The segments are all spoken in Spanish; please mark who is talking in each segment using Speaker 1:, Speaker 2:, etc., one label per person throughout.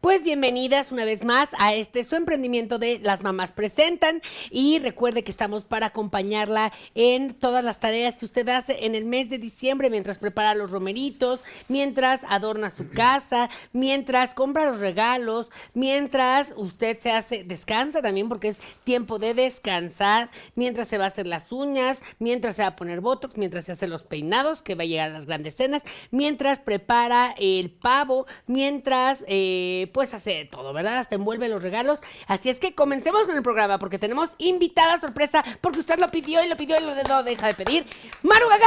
Speaker 1: pues bienvenidas una vez más a este su emprendimiento de Las Mamás Presentan y recuerde que estamos para acompañarla en todas las tareas que usted hace en el mes de diciembre mientras prepara los romeritos, mientras adorna su casa, mientras compra los regalos, mientras usted se hace, descansa también porque es tiempo de descansar, mientras se va a hacer las uñas, mientras se va a poner botox, mientras se hace los peinados, que va a llegar a las grandes cenas, mientras prepara el pavo, mientras eh, pues hace de todo, ¿verdad? Hasta envuelve los regalos. Así es que comencemos con el programa porque tenemos invitada sorpresa porque usted lo pidió y lo pidió y lo de- no deja de pedir. ¡Maru Gaga!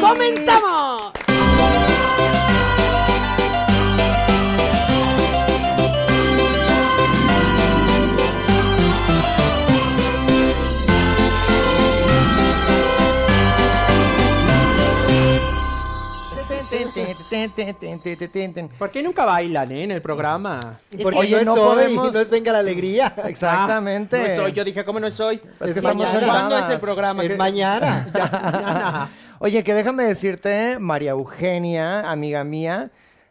Speaker 1: ¡Comenzamos!
Speaker 2: ¿Por qué nunca bailan eh, en el programa?
Speaker 3: Porque
Speaker 4: Oye,
Speaker 3: no,
Speaker 4: no
Speaker 3: es hoy,
Speaker 4: podemos-
Speaker 3: no es venga la alegría.
Speaker 4: Exactamente.
Speaker 2: Ah, no soy, yo dije, ¿cómo no soy?
Speaker 4: Es que
Speaker 3: estamos
Speaker 2: ¿Cuándo
Speaker 4: soldadas.
Speaker 2: es el programa?
Speaker 3: Es
Speaker 2: ¿Qué-
Speaker 3: mañana.
Speaker 4: Oye, que déjame decirte, María Eugenia, amiga mía,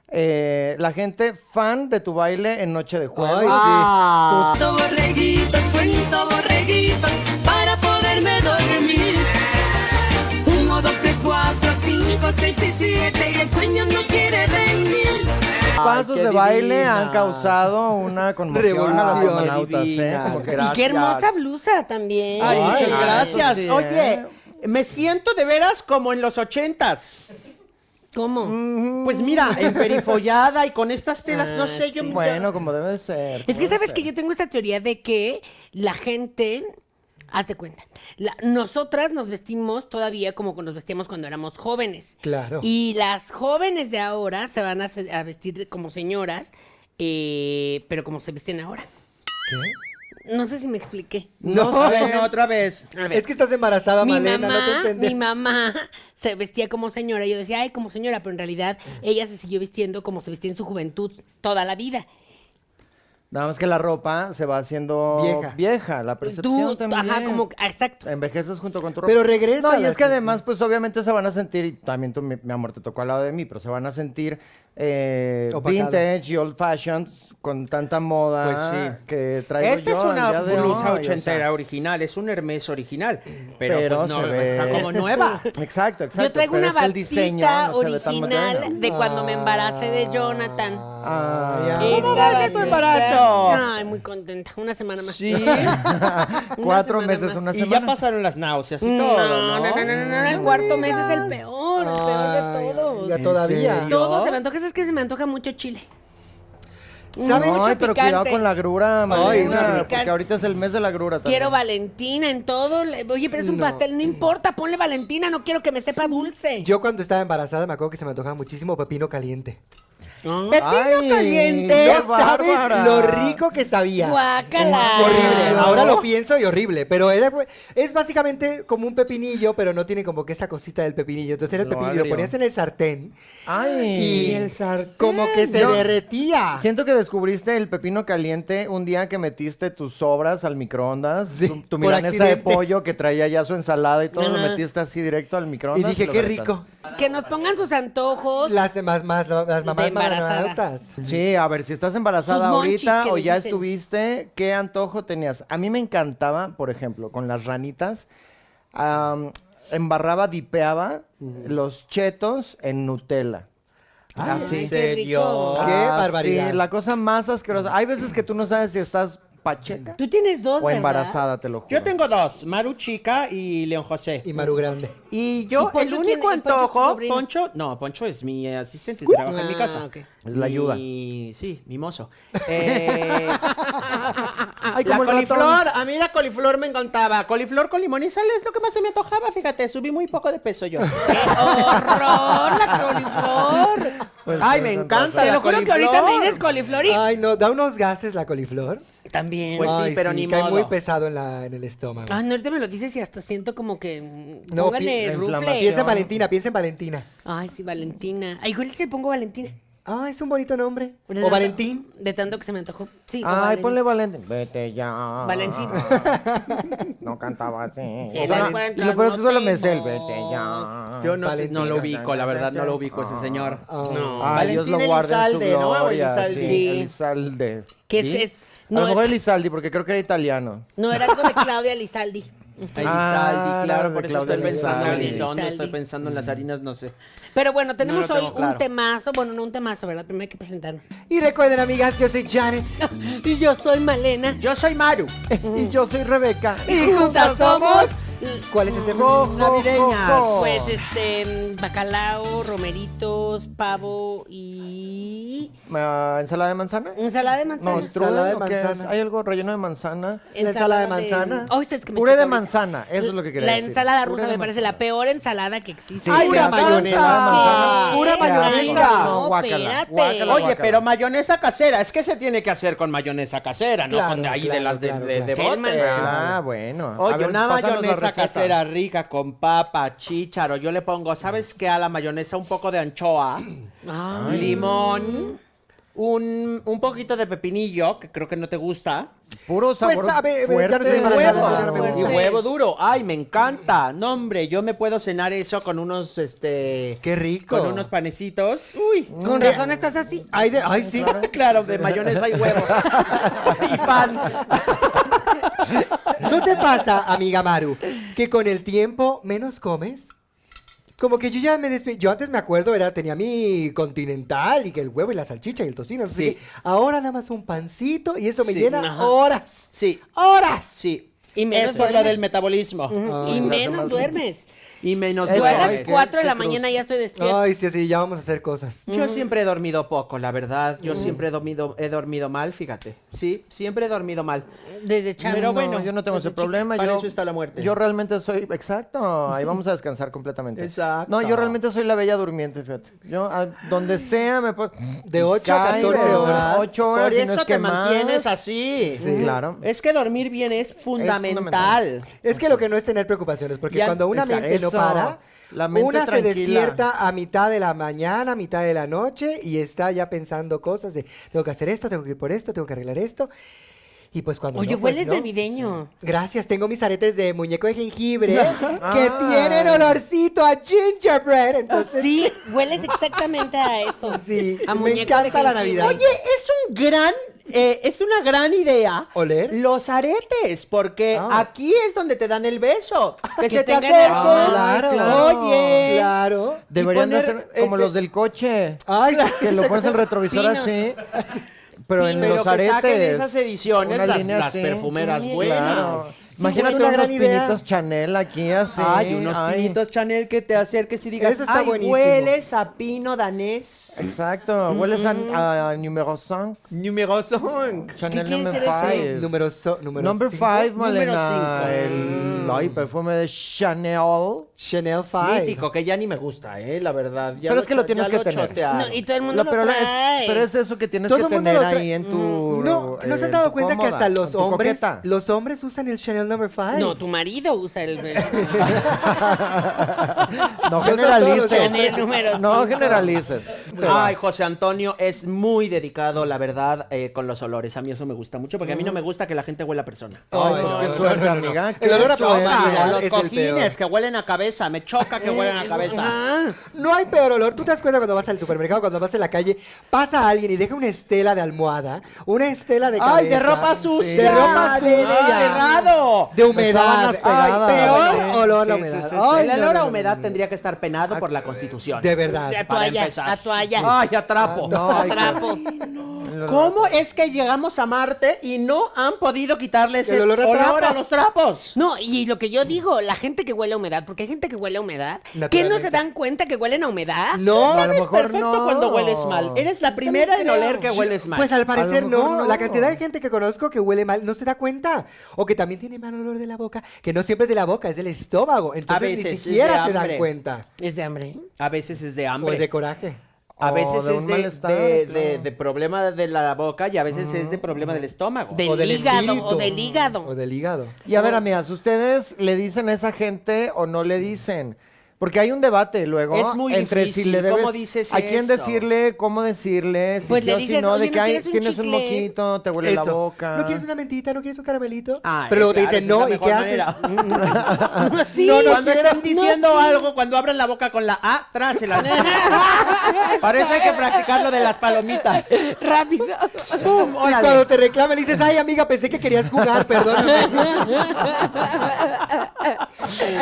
Speaker 4: eh, la gente fan de tu baile en Noche de Juego.
Speaker 3: Ay, sí.
Speaker 4: Ah,
Speaker 5: Cuento borreguitos, cuento borreguitos para poderme dormir. Uno, dos, tres, cuatro, cinco, seis y siete y el sueño no quiere venir.
Speaker 4: Tus pasos
Speaker 2: qué
Speaker 4: de baile han
Speaker 2: divinas.
Speaker 4: causado una conmoción a los
Speaker 3: Revolución.
Speaker 4: cosmonautas, ¿eh?
Speaker 2: Divinas.
Speaker 4: Como que-
Speaker 1: Y qué hermosa blusa también.
Speaker 2: Ay,
Speaker 3: Ay,
Speaker 2: muchas
Speaker 3: ay,
Speaker 2: gracias.
Speaker 4: sí, ¿eh?
Speaker 2: Oye, me siento de veras como en los ochentas.
Speaker 1: ¿Cómo?
Speaker 2: Pues mira, emperifollada y con estas telas, no sé, yo...
Speaker 4: Mm. Ah, Bueno, como debe de ser.
Speaker 1: Es
Speaker 4: como
Speaker 1: que
Speaker 4: debe
Speaker 1: sabes
Speaker 4: ser.
Speaker 1: que yo tengo esta teoría de que la gente, hazte cuenta, la- nosotras nos vestimos todavía como nos vestíamos cuando éramos jóvenes.
Speaker 3: Claro.
Speaker 1: Y las jóvenes de ahora se van a, se- a vestir como señoras, eh, pero como se visten ahora. No sé si me expliqué.
Speaker 2: No,
Speaker 4: No
Speaker 2: sé,
Speaker 4: sé.
Speaker 2: no, otra vez.
Speaker 3: Es que estás embarazada,
Speaker 1: Mi
Speaker 3: Malena,
Speaker 1: mamá,
Speaker 3: no te entendí.
Speaker 1: mi mamá se vestía como señora. Yo decía, ay, como señora, pero en realidad
Speaker 3: Mm.
Speaker 1: ella se siguió vistiendo como se vestía en su juventud toda la vida.
Speaker 4: Nada más que la ropa se va haciendo
Speaker 3: Vieja.
Speaker 4: vieja, la percepción
Speaker 1: Tú,
Speaker 4: también.
Speaker 1: ajá, como, exacto.
Speaker 4: Envejeces junto con tu ropa.
Speaker 3: Pero regresa
Speaker 4: No, y
Speaker 3: las
Speaker 4: es que
Speaker 3: cosas.
Speaker 4: además, pues obviamente se van a sentir, y también tú, mi, mi amor, te tocó al lado de mí, pero se van a sentir eh,
Speaker 3: Opacadas.
Speaker 4: vintage y old fashioned con tanta moda
Speaker 2: Pues sí.
Speaker 4: que traigo
Speaker 2: Esta
Speaker 4: yo
Speaker 2: es
Speaker 4: al
Speaker 2: una
Speaker 4: día de hoy,
Speaker 2: blusa
Speaker 4: o
Speaker 2: ochentera
Speaker 4: sea,
Speaker 2: original, es un Hermes original, pero,
Speaker 4: pero
Speaker 2: pues no,
Speaker 4: se ve-
Speaker 2: está como nueva.
Speaker 4: Exacto, exacto.
Speaker 1: Yo traigo
Speaker 4: pero
Speaker 1: una
Speaker 4: es que el diseño
Speaker 1: batita
Speaker 4: no se ve tan moderno.
Speaker 1: original de cuando me embaracé de Jonathan.
Speaker 4: Ah,
Speaker 3: ya.
Speaker 1: Esta
Speaker 2: ¿Cómo vas de tu
Speaker 1: batita-
Speaker 2: embarazo?
Speaker 1: Ay, muy contenta. Una semana más.
Speaker 2: Sí,
Speaker 4: Cuatro
Speaker 1: semana
Speaker 4: meses,
Speaker 1: más.
Speaker 4: una
Speaker 2: y ya
Speaker 4: semana.
Speaker 2: pasaron las náuseas y
Speaker 1: No,
Speaker 2: todo,
Speaker 1: no, no, no, no, no, no, El cuarto mes es el peor, el
Speaker 3: Ay,
Speaker 1: peor de
Speaker 3: ya
Speaker 1: todos.
Speaker 3: todavía.
Speaker 2: serio?
Speaker 1: Todo se me antoja, es que se me antoja mucho chile.
Speaker 4: Ay,
Speaker 1: Sabe mucho
Speaker 4: pero cuidado
Speaker 1: picante.
Speaker 4: con la grura,
Speaker 1: no,
Speaker 4: Marina, porque
Speaker 1: picante.
Speaker 4: ahorita es el mes de la grura también.
Speaker 1: Quiero Valentina en todo. le- Oye, pero es un pastel, no importa, ponle Valentina, no quiero que me sepa dulce.
Speaker 3: Yo cuando estaba embarazada me acuerdo que se me antojaba muchísimo pepino caliente.
Speaker 1: Ah.
Speaker 4: Ay,
Speaker 2: Pepino caliente.
Speaker 4: ¡Qué
Speaker 3: No sabes
Speaker 4: bárbara!
Speaker 3: lo rico que sabía.
Speaker 1: Guácala.
Speaker 3: Horrible.
Speaker 4: Claro.
Speaker 3: Ahora lo pienso y horrible. Pero era, es básicamente como un pepinillo, pero no tiene como que esa cosita del pepinillo. Entonces era el
Speaker 4: Lo
Speaker 3: pepinillo, lo
Speaker 4: agrio.
Speaker 3: ponías en el sartén
Speaker 4: Ay.
Speaker 3: y, como que se
Speaker 4: Yo-
Speaker 3: derretía.
Speaker 4: Siento que descubriste el pepino caliente un día que metiste tus sobras al microondas,
Speaker 3: Sí,
Speaker 4: tu, tu
Speaker 3: por
Speaker 4: milanesa de
Speaker 3: accidente.
Speaker 4: pollo que traía ya su ensalada y todo, lo
Speaker 1: Ajá.
Speaker 4: metiste así directo al microondas.
Speaker 3: Y dije,
Speaker 4: lo
Speaker 3: qué
Speaker 4: aventaste".
Speaker 3: rico.
Speaker 1: Que nos pongan sus antojos.
Speaker 3: Las demás, más, las mamás
Speaker 1: De embarazada.
Speaker 3: embarazada.
Speaker 4: Sí, a ver, si estás embarazada
Speaker 1: Sus monchis
Speaker 4: ahorita
Speaker 1: que
Speaker 4: o
Speaker 1: le
Speaker 4: ya
Speaker 1: dicen.
Speaker 4: estuviste, ¿qué antojo tenías? A mí me encantaba, por ejemplo, con las ranitas, am, embarraba, dipeaba los chetos en Nutella.
Speaker 1: Ay,
Speaker 4: así.
Speaker 1: qué rico.
Speaker 3: Qué
Speaker 4: Ah,
Speaker 3: barbaridad.
Speaker 4: Sí, la cosa más asquerosa. Hay veces que tú no sabes si estás pacheca
Speaker 1: Tú tienes dos,
Speaker 4: o
Speaker 1: ¿verdad?
Speaker 4: embarazada, te lo juro.
Speaker 2: Yo tengo dos, Maru Chica y León José.
Speaker 3: Y Maru Grande.
Speaker 2: Y
Speaker 1: ¿Y
Speaker 2: yo,
Speaker 1: Poncho
Speaker 2: el
Speaker 1: quién- y
Speaker 2: único
Speaker 1: Poncho es tu
Speaker 2: antojo,
Speaker 1: sobrino?
Speaker 2: Poncho, no, Poncho es mi asistente, trabaja en mi
Speaker 1: Ah,
Speaker 2: casa.
Speaker 1: ok.
Speaker 4: Es la ayuda.
Speaker 2: Mi- sí, mi mozo. Eh,
Speaker 4: Ay,
Speaker 2: la
Speaker 4: como el ratón.
Speaker 2: coliflor, a mí la coliflor me encantaba. Coliflor con limón y sal es lo que más se me antojaba, fíjate, subí muy poco de peso yo.
Speaker 1: ¡Horror, la coliflor!
Speaker 4: Pues,
Speaker 2: Ay,
Speaker 4: sí,
Speaker 2: me
Speaker 4: es
Speaker 2: encanta.
Speaker 1: Te
Speaker 2: la
Speaker 1: lo juro que
Speaker 2: coliflor.
Speaker 1: ahorita me dices coliflor y...
Speaker 3: Ay, no, da unos gases la coliflor.
Speaker 1: También.
Speaker 2: Pues sí,
Speaker 3: Ay,
Speaker 2: pero ni
Speaker 3: cae
Speaker 2: modo.
Speaker 3: muy pesado en, la, en el estómago.
Speaker 1: Ay, Ah, no, ahorita me lo dices y hasta siento como que... mm,
Speaker 3: No,
Speaker 1: póngale
Speaker 3: pi-
Speaker 1: rufle.
Speaker 4: inflamación.
Speaker 3: Piensa en Valentina, piensa en Valentina.
Speaker 1: Ay, sí, Valentina. Ay, igual se pongo Valentina.
Speaker 3: Ah, es un bonito nombre.
Speaker 1: De
Speaker 3: O
Speaker 1: tanto-
Speaker 3: Valentín.
Speaker 1: De tanto que se me antojó. Sí, o
Speaker 4: Ay,
Speaker 1: Valentín.
Speaker 4: ponle Valentín. Vete ya.
Speaker 1: Valentín.
Speaker 4: No cantaba así.
Speaker 1: Si
Speaker 4: Solo-
Speaker 1: lo encuentras,
Speaker 4: lo peor es que
Speaker 1: no
Speaker 4: solo
Speaker 1: te
Speaker 4: me sé el
Speaker 1: importa.
Speaker 4: vete ya.
Speaker 2: Yo no, sé, no lo
Speaker 4: Valentín.
Speaker 2: ubico, la verdad, no lo ubico ese señor.
Speaker 4: Ah,
Speaker 2: No.
Speaker 4: Ay, Dios lo guarde en su
Speaker 2: Elizalde, ¿no? O
Speaker 4: gloria.
Speaker 2: Elizalde.
Speaker 1: Sí.
Speaker 4: Sí, Elizalde.
Speaker 1: Que es-
Speaker 4: ¿Sí?
Speaker 1: es- no
Speaker 4: a lo mejor
Speaker 1: es-
Speaker 4: Elizaldi, porque creo que era italiano.
Speaker 1: No, era algo de Claudia Lizaldi.
Speaker 2: Elizalde,
Speaker 4: Ah,
Speaker 2: claro,
Speaker 4: de
Speaker 2: por eso
Speaker 4: Claudia Mm.
Speaker 2: estoy pensando en
Speaker 1: Elizalde.
Speaker 2: Elizondo, estoy
Speaker 1: Elizalde.
Speaker 2: pensando en las harinas, no sé.
Speaker 1: Pero bueno, tenemos
Speaker 2: lo
Speaker 1: hoy
Speaker 2: tengo
Speaker 1: un
Speaker 2: claro.
Speaker 1: temazo. Bueno, no un temazo, ¿verdad? Primero hay que presentarnos.
Speaker 3: Y recuerden, amigas, yo soy Janet.
Speaker 1: y yo soy Malena.
Speaker 2: Yo soy Maru.
Speaker 4: y yo soy Rebeca.
Speaker 3: Y juntas somos. ¿Cuál es el tema?
Speaker 4: Navideñas.
Speaker 1: Pues este, mm, bacalao, romeritos, pavo y.
Speaker 4: Ah, ¿Ensalada de manzana?
Speaker 1: Ensalada de manzana.
Speaker 4: No,
Speaker 3: Ensalada de
Speaker 4: ¿o qué es?
Speaker 3: manzana.
Speaker 4: ¿Hay algo relleno de manzana?
Speaker 3: La ensalada de manzana.
Speaker 1: Ay, ustedes Oh, que me
Speaker 4: Puré
Speaker 1: choca
Speaker 4: de
Speaker 1: ahorita.
Speaker 4: manzana, eso es lo que quería
Speaker 1: La
Speaker 4: decir.
Speaker 1: ensalada
Speaker 4: Puré
Speaker 1: rusa
Speaker 4: de
Speaker 1: me parece
Speaker 4: manzana.
Speaker 1: la peor ensalada que existe.
Speaker 4: Sí,
Speaker 3: Ay,
Speaker 4: que
Speaker 3: una
Speaker 4: hace
Speaker 3: mayonesa.
Speaker 4: ensalada de manzana.
Speaker 3: Pura
Speaker 4: Qué asco.
Speaker 3: mayonesa.
Speaker 4: No,
Speaker 1: No,
Speaker 4: guácala,
Speaker 1: espérate.
Speaker 4: guácala,
Speaker 1: Oye,
Speaker 2: Oye,
Speaker 4: guácala.
Speaker 2: pero mayonesa casera, es que se tiene que hacer con mayonesa casera, no
Speaker 3: Claro,
Speaker 2: con de ahí de
Speaker 3: claro,
Speaker 2: las de,
Speaker 3: claro,
Speaker 2: de- de
Speaker 1: claro.
Speaker 2: bote.
Speaker 4: Ah, bueno.
Speaker 2: Oye,
Speaker 4: A ver,
Speaker 2: una
Speaker 4: pásanos la
Speaker 2: mayonesa
Speaker 4: receta.
Speaker 2: casera rica con papa, chícharo. Yo le pongo, ¿sabes qué? A la mayonesa un poco de anchoa,
Speaker 1: Ah,
Speaker 2: limón, un, un poquito de pepinillo, que creo que no te gusta.
Speaker 4: Puro sabor
Speaker 3: a ver, ya no
Speaker 4: fuerte.
Speaker 3: soy embarazada,
Speaker 2: Huevo,
Speaker 3: ya no me
Speaker 2: y
Speaker 3: gusta.
Speaker 2: huevo duro. Ay, me encanta. No, hombre, yo me puedo cenar eso con unos, este...
Speaker 3: Qué rico.
Speaker 2: Con unos panecitos. Uy.
Speaker 1: Con razón estás así.
Speaker 3: Ay, de- ay, sí.
Speaker 2: Claro, de mayonesa y huevo. y pan.
Speaker 3: ¿No te pasa, amiga Maru, que con el tiempo menos comes? Como que yo ya me despi... Yo antes me acuerdo, era, tenía mi continental y que el huevo y la salchicha y el tocino. Así
Speaker 2: Sí.
Speaker 3: que ahora nada más un pancito y eso me
Speaker 2: Sí,
Speaker 3: llena
Speaker 2: ajá.
Speaker 3: horas.
Speaker 2: Sí,
Speaker 3: ¡Horas!
Speaker 2: sí.
Speaker 1: Y menos
Speaker 2: es por lo
Speaker 1: duermes.
Speaker 2: del metabolismo. Ah.
Speaker 1: y
Speaker 4: se hace
Speaker 1: menos
Speaker 4: mal.
Speaker 1: duermes.
Speaker 2: Y menos
Speaker 4: Eso
Speaker 1: Yo a las
Speaker 2: duermes.
Speaker 3: es.
Speaker 1: 4 de la
Speaker 3: Qué
Speaker 1: mañana ya estoy despierta.
Speaker 3: Ay, sí, sí, ya vamos a hacer cosas.
Speaker 2: Yo siempre he dormido poco, la verdad. Yo siempre he dormido, he dormido mal, fíjate. Sí, siempre he dormido mal.
Speaker 1: Desde chavo.
Speaker 2: Pero
Speaker 4: No,
Speaker 2: bueno,
Speaker 4: yo no tengo
Speaker 2: desde
Speaker 4: ese
Speaker 2: chica,
Speaker 4: problema.
Speaker 2: para
Speaker 4: yo,
Speaker 2: eso está la muerte.
Speaker 4: Yo realmente soy, exacto, ahí vamos a descansar completamente.
Speaker 2: Exacto.
Speaker 4: No, yo realmente soy la bella durmiente, fíjate. Yo, a donde sea, me puedo...
Speaker 3: De ocho a
Speaker 4: Caigo,
Speaker 3: 14 horas.
Speaker 4: ocho horas,
Speaker 2: Por
Speaker 4: si no
Speaker 2: eso
Speaker 4: es
Speaker 2: te
Speaker 4: que más.
Speaker 2: mantienes así.
Speaker 4: Sí, claro.
Speaker 2: Es que dormir bien es fundamental.
Speaker 4: fundamental.
Speaker 3: Es que lo que no es tener preocupaciones, porque
Speaker 2: Ya,
Speaker 3: cuando una
Speaker 4: esa-
Speaker 3: mente no
Speaker 4: eso.
Speaker 3: para,
Speaker 4: La mente
Speaker 3: una
Speaker 4: tranquila.
Speaker 3: se despierta a mitad de la mañana, a mitad de la noche y está ya pensando cosas de tengo que hacer esto, tengo que ir por esto, tengo que arreglar esto. Y pues cuando
Speaker 1: Oye,
Speaker 3: no, pues
Speaker 1: hueles
Speaker 3: no.
Speaker 1: navideño.
Speaker 3: Gracias, tengo mis aretes de muñeco de jengibre que
Speaker 4: Ah.
Speaker 3: tienen olorcito a gingerbread. Entonces,
Speaker 1: Sí, hueles exactamente a eso.
Speaker 3: Sí,
Speaker 1: A
Speaker 3: me
Speaker 1: muñeco de
Speaker 3: encanta la
Speaker 1: jengibre.
Speaker 3: Navidad.
Speaker 2: Oye, es un gran, eh, es una gran idea.
Speaker 3: ¿Oler?
Speaker 2: Los aretes, porque
Speaker 3: Ah.
Speaker 2: aquí es donde te dan el beso. Que, se te
Speaker 1: tengan-
Speaker 2: acerquen.
Speaker 1: Ah,
Speaker 3: claro,
Speaker 2: Oye.
Speaker 3: claro.
Speaker 4: Deberían de
Speaker 2: poner,
Speaker 4: hacer como
Speaker 2: este-
Speaker 4: los del coche.
Speaker 3: Ay,
Speaker 4: Que lo pones en el retrovisor
Speaker 1: Pinos.
Speaker 4: así. Pero en
Speaker 2: Pero
Speaker 4: los
Speaker 2: que
Speaker 4: aretes.
Speaker 2: saquen esas ediciones,
Speaker 4: una
Speaker 2: las-
Speaker 4: línea
Speaker 2: las
Speaker 4: así.
Speaker 2: perfumeras
Speaker 4: Sí,
Speaker 2: buenas.
Speaker 4: Imagínate
Speaker 2: pues,
Speaker 3: es una
Speaker 4: unos
Speaker 3: gran idea.
Speaker 4: pinitos Chanel aquí así.
Speaker 2: Ay, unos
Speaker 4: ay.
Speaker 2: pinitos Chanel que te acerques y digas,
Speaker 3: Eso está
Speaker 2: ay,
Speaker 3: buenísimo".
Speaker 2: hueles a pino danés.
Speaker 4: Exacto.
Speaker 1: Mm,
Speaker 4: Hueles a, a número 5.
Speaker 2: Numeroso.
Speaker 4: Chanel
Speaker 1: quiere
Speaker 4: number
Speaker 1: decir eso?
Speaker 4: 5.
Speaker 3: Número, so- número
Speaker 4: Number
Speaker 3: cinco.
Speaker 4: 5,
Speaker 2: Número
Speaker 4: Malena.
Speaker 2: cinco.
Speaker 4: El ay,
Speaker 1: Mm.
Speaker 4: perfume de Chanel.
Speaker 3: Chanel 5.
Speaker 2: Mítico, que ya ni me gusta, eh, la verdad. Ya
Speaker 4: Pero es que lo
Speaker 2: cho-
Speaker 4: tienes
Speaker 2: ya
Speaker 4: que
Speaker 2: lo
Speaker 4: tener.
Speaker 2: chotearon.
Speaker 1: No, y todo el mundo lo,
Speaker 4: Lo- pero, es,
Speaker 1: trae.
Speaker 4: pero es eso que tienes
Speaker 3: Todo
Speaker 4: que
Speaker 3: el mundo
Speaker 4: tener
Speaker 3: lo trae. Mm,
Speaker 4: ahí en tu.
Speaker 3: No, ¿no se
Speaker 4: eh,
Speaker 3: han dado
Speaker 4: tu
Speaker 3: cuenta que
Speaker 4: cómoda,
Speaker 3: hasta los
Speaker 4: en tu
Speaker 3: hombres,
Speaker 4: coqueta?
Speaker 3: los hombres usan el Chanel Number 5?
Speaker 1: No, tu marido usa el... el-
Speaker 4: No
Speaker 3: No son todos los
Speaker 4: generalices.
Speaker 1: Chanel número
Speaker 4: No
Speaker 1: cinco.
Speaker 4: generalices.
Speaker 2: Ay, José Antonio es muy dedicado, la verdad, eh, con los olores. A mí eso me gusta mucho porque a mí no me gusta que la gente huela a persona.
Speaker 3: Ay,
Speaker 4: Ay,
Speaker 3: no,
Speaker 4: qué
Speaker 3: no,
Speaker 4: suerte,
Speaker 3: no, no, no.
Speaker 4: amiga,
Speaker 3: El
Speaker 4: qué
Speaker 3: olor a
Speaker 4: suerte.
Speaker 2: Ah,
Speaker 3: humanidad
Speaker 2: los
Speaker 3: es el peor.
Speaker 2: cojines que huelen a cabeza. Me choca que huelen a cabeza.
Speaker 1: Ah,
Speaker 3: No hay peor olor. Tú te das cuenta cuando vas al supermercado, cuando vas en la calle, pasa alguien y deja una estela de almohada, una estela de cabeza.
Speaker 2: Ay, de ropa
Speaker 3: sí,
Speaker 2: sucia.
Speaker 3: De ropa
Speaker 2: de-
Speaker 3: sucia.
Speaker 2: cerrado.
Speaker 3: De
Speaker 4: sábanas
Speaker 3: humedad.
Speaker 4: pegadas.
Speaker 3: Ay, peor
Speaker 4: Sí,
Speaker 3: olor a
Speaker 4: sí,
Speaker 3: humedad.
Speaker 4: sí, sí,
Speaker 3: Ay,
Speaker 2: el
Speaker 3: no,
Speaker 2: olor
Speaker 3: no,
Speaker 2: a
Speaker 3: no,
Speaker 2: humedad
Speaker 3: no. Ah, eh,
Speaker 2: tendría que estar penado por la Constitución.
Speaker 3: De Ah,
Speaker 1: a
Speaker 3: verdad.
Speaker 2: Para
Speaker 1: toalla,
Speaker 2: empezar.
Speaker 1: a toalla.
Speaker 2: Ay, atrapo.
Speaker 4: No, ay, qué-
Speaker 1: Trapo.
Speaker 2: ¿Cómo es que llegamos a Marte y no han podido quitarles
Speaker 3: El olor a trapo.
Speaker 2: los trapos?
Speaker 1: No, y lo que yo digo, la gente que huele a humedad, porque hay gente que huele a humedad, que no
Speaker 3: Naturalmente.
Speaker 1: se dan cuenta que huelen a humedad.
Speaker 3: No,
Speaker 4: a lo
Speaker 2: Sabes
Speaker 4: mejor
Speaker 2: perfecto
Speaker 4: no.
Speaker 2: cuando hueles mal. Eres la primera en
Speaker 1: creo.
Speaker 2: oler que hueles mal.
Speaker 3: Pues al parecer
Speaker 4: mejor
Speaker 3: no.
Speaker 4: no.
Speaker 3: La cantidad de gente que conozco que huele mal no se da cuenta. O que también tiene mal olor de la boca, que no siempre es de la boca, es del estómago. Entonces
Speaker 2: veces
Speaker 3: ni
Speaker 2: es de
Speaker 3: siquiera se dan
Speaker 2: hambre.
Speaker 3: cuenta.
Speaker 1: Es de hambre.
Speaker 2: A veces es de hambre.
Speaker 3: Pues de coraje.
Speaker 2: a
Speaker 4: O
Speaker 2: veces
Speaker 4: de
Speaker 2: es
Speaker 4: un
Speaker 2: de,
Speaker 4: malestar,
Speaker 2: de-
Speaker 4: claro.
Speaker 2: de- de problema de la boca y a veces es de problema del estómago.
Speaker 1: Del
Speaker 3: o del
Speaker 1: hígado,
Speaker 3: espíritu.
Speaker 1: o del hígado.
Speaker 3: O del hígado.
Speaker 4: Y a ver, amigas, ¿ustedes le dicen a esa gente o no le dicen? Porque hay un debate luego
Speaker 2: Es muy
Speaker 4: entre si
Speaker 2: difícil,
Speaker 4: le debes
Speaker 2: ¿cómo dices
Speaker 4: a quién
Speaker 2: eso?
Speaker 4: decirle, cómo decirle, si
Speaker 1: Pues
Speaker 4: sí
Speaker 1: le
Speaker 4: o si
Speaker 1: dices,
Speaker 4: no,
Speaker 1: "Oye,
Speaker 4: de
Speaker 1: ¿no
Speaker 4: que hay-
Speaker 1: quieres un
Speaker 4: tienes un
Speaker 1: chicle?"
Speaker 4: moquito, te huele la
Speaker 3: Eso.
Speaker 4: boca.
Speaker 3: ¿No quieres una mentita? ¿No quieres un caramelito?
Speaker 2: Ay,
Speaker 3: Pero luego te
Speaker 2: claro,
Speaker 3: dicen
Speaker 2: es
Speaker 3: no,
Speaker 2: la
Speaker 3: ¿y qué haces?
Speaker 2: mejor
Speaker 1: Sí,
Speaker 2: no, no,
Speaker 1: cuando
Speaker 2: cuando
Speaker 1: era-
Speaker 2: estén diciendo
Speaker 1: no, sí.
Speaker 2: algo, cuando abren la boca con la A, trásela. Para eso hay que practicar lo de las palomitas.
Speaker 1: Rápido.
Speaker 2: ¡Pum!
Speaker 3: Y
Speaker 2: órale.
Speaker 3: cuando te reclaman, le dices, ay, amiga, pensé que querías jugar, perdóname.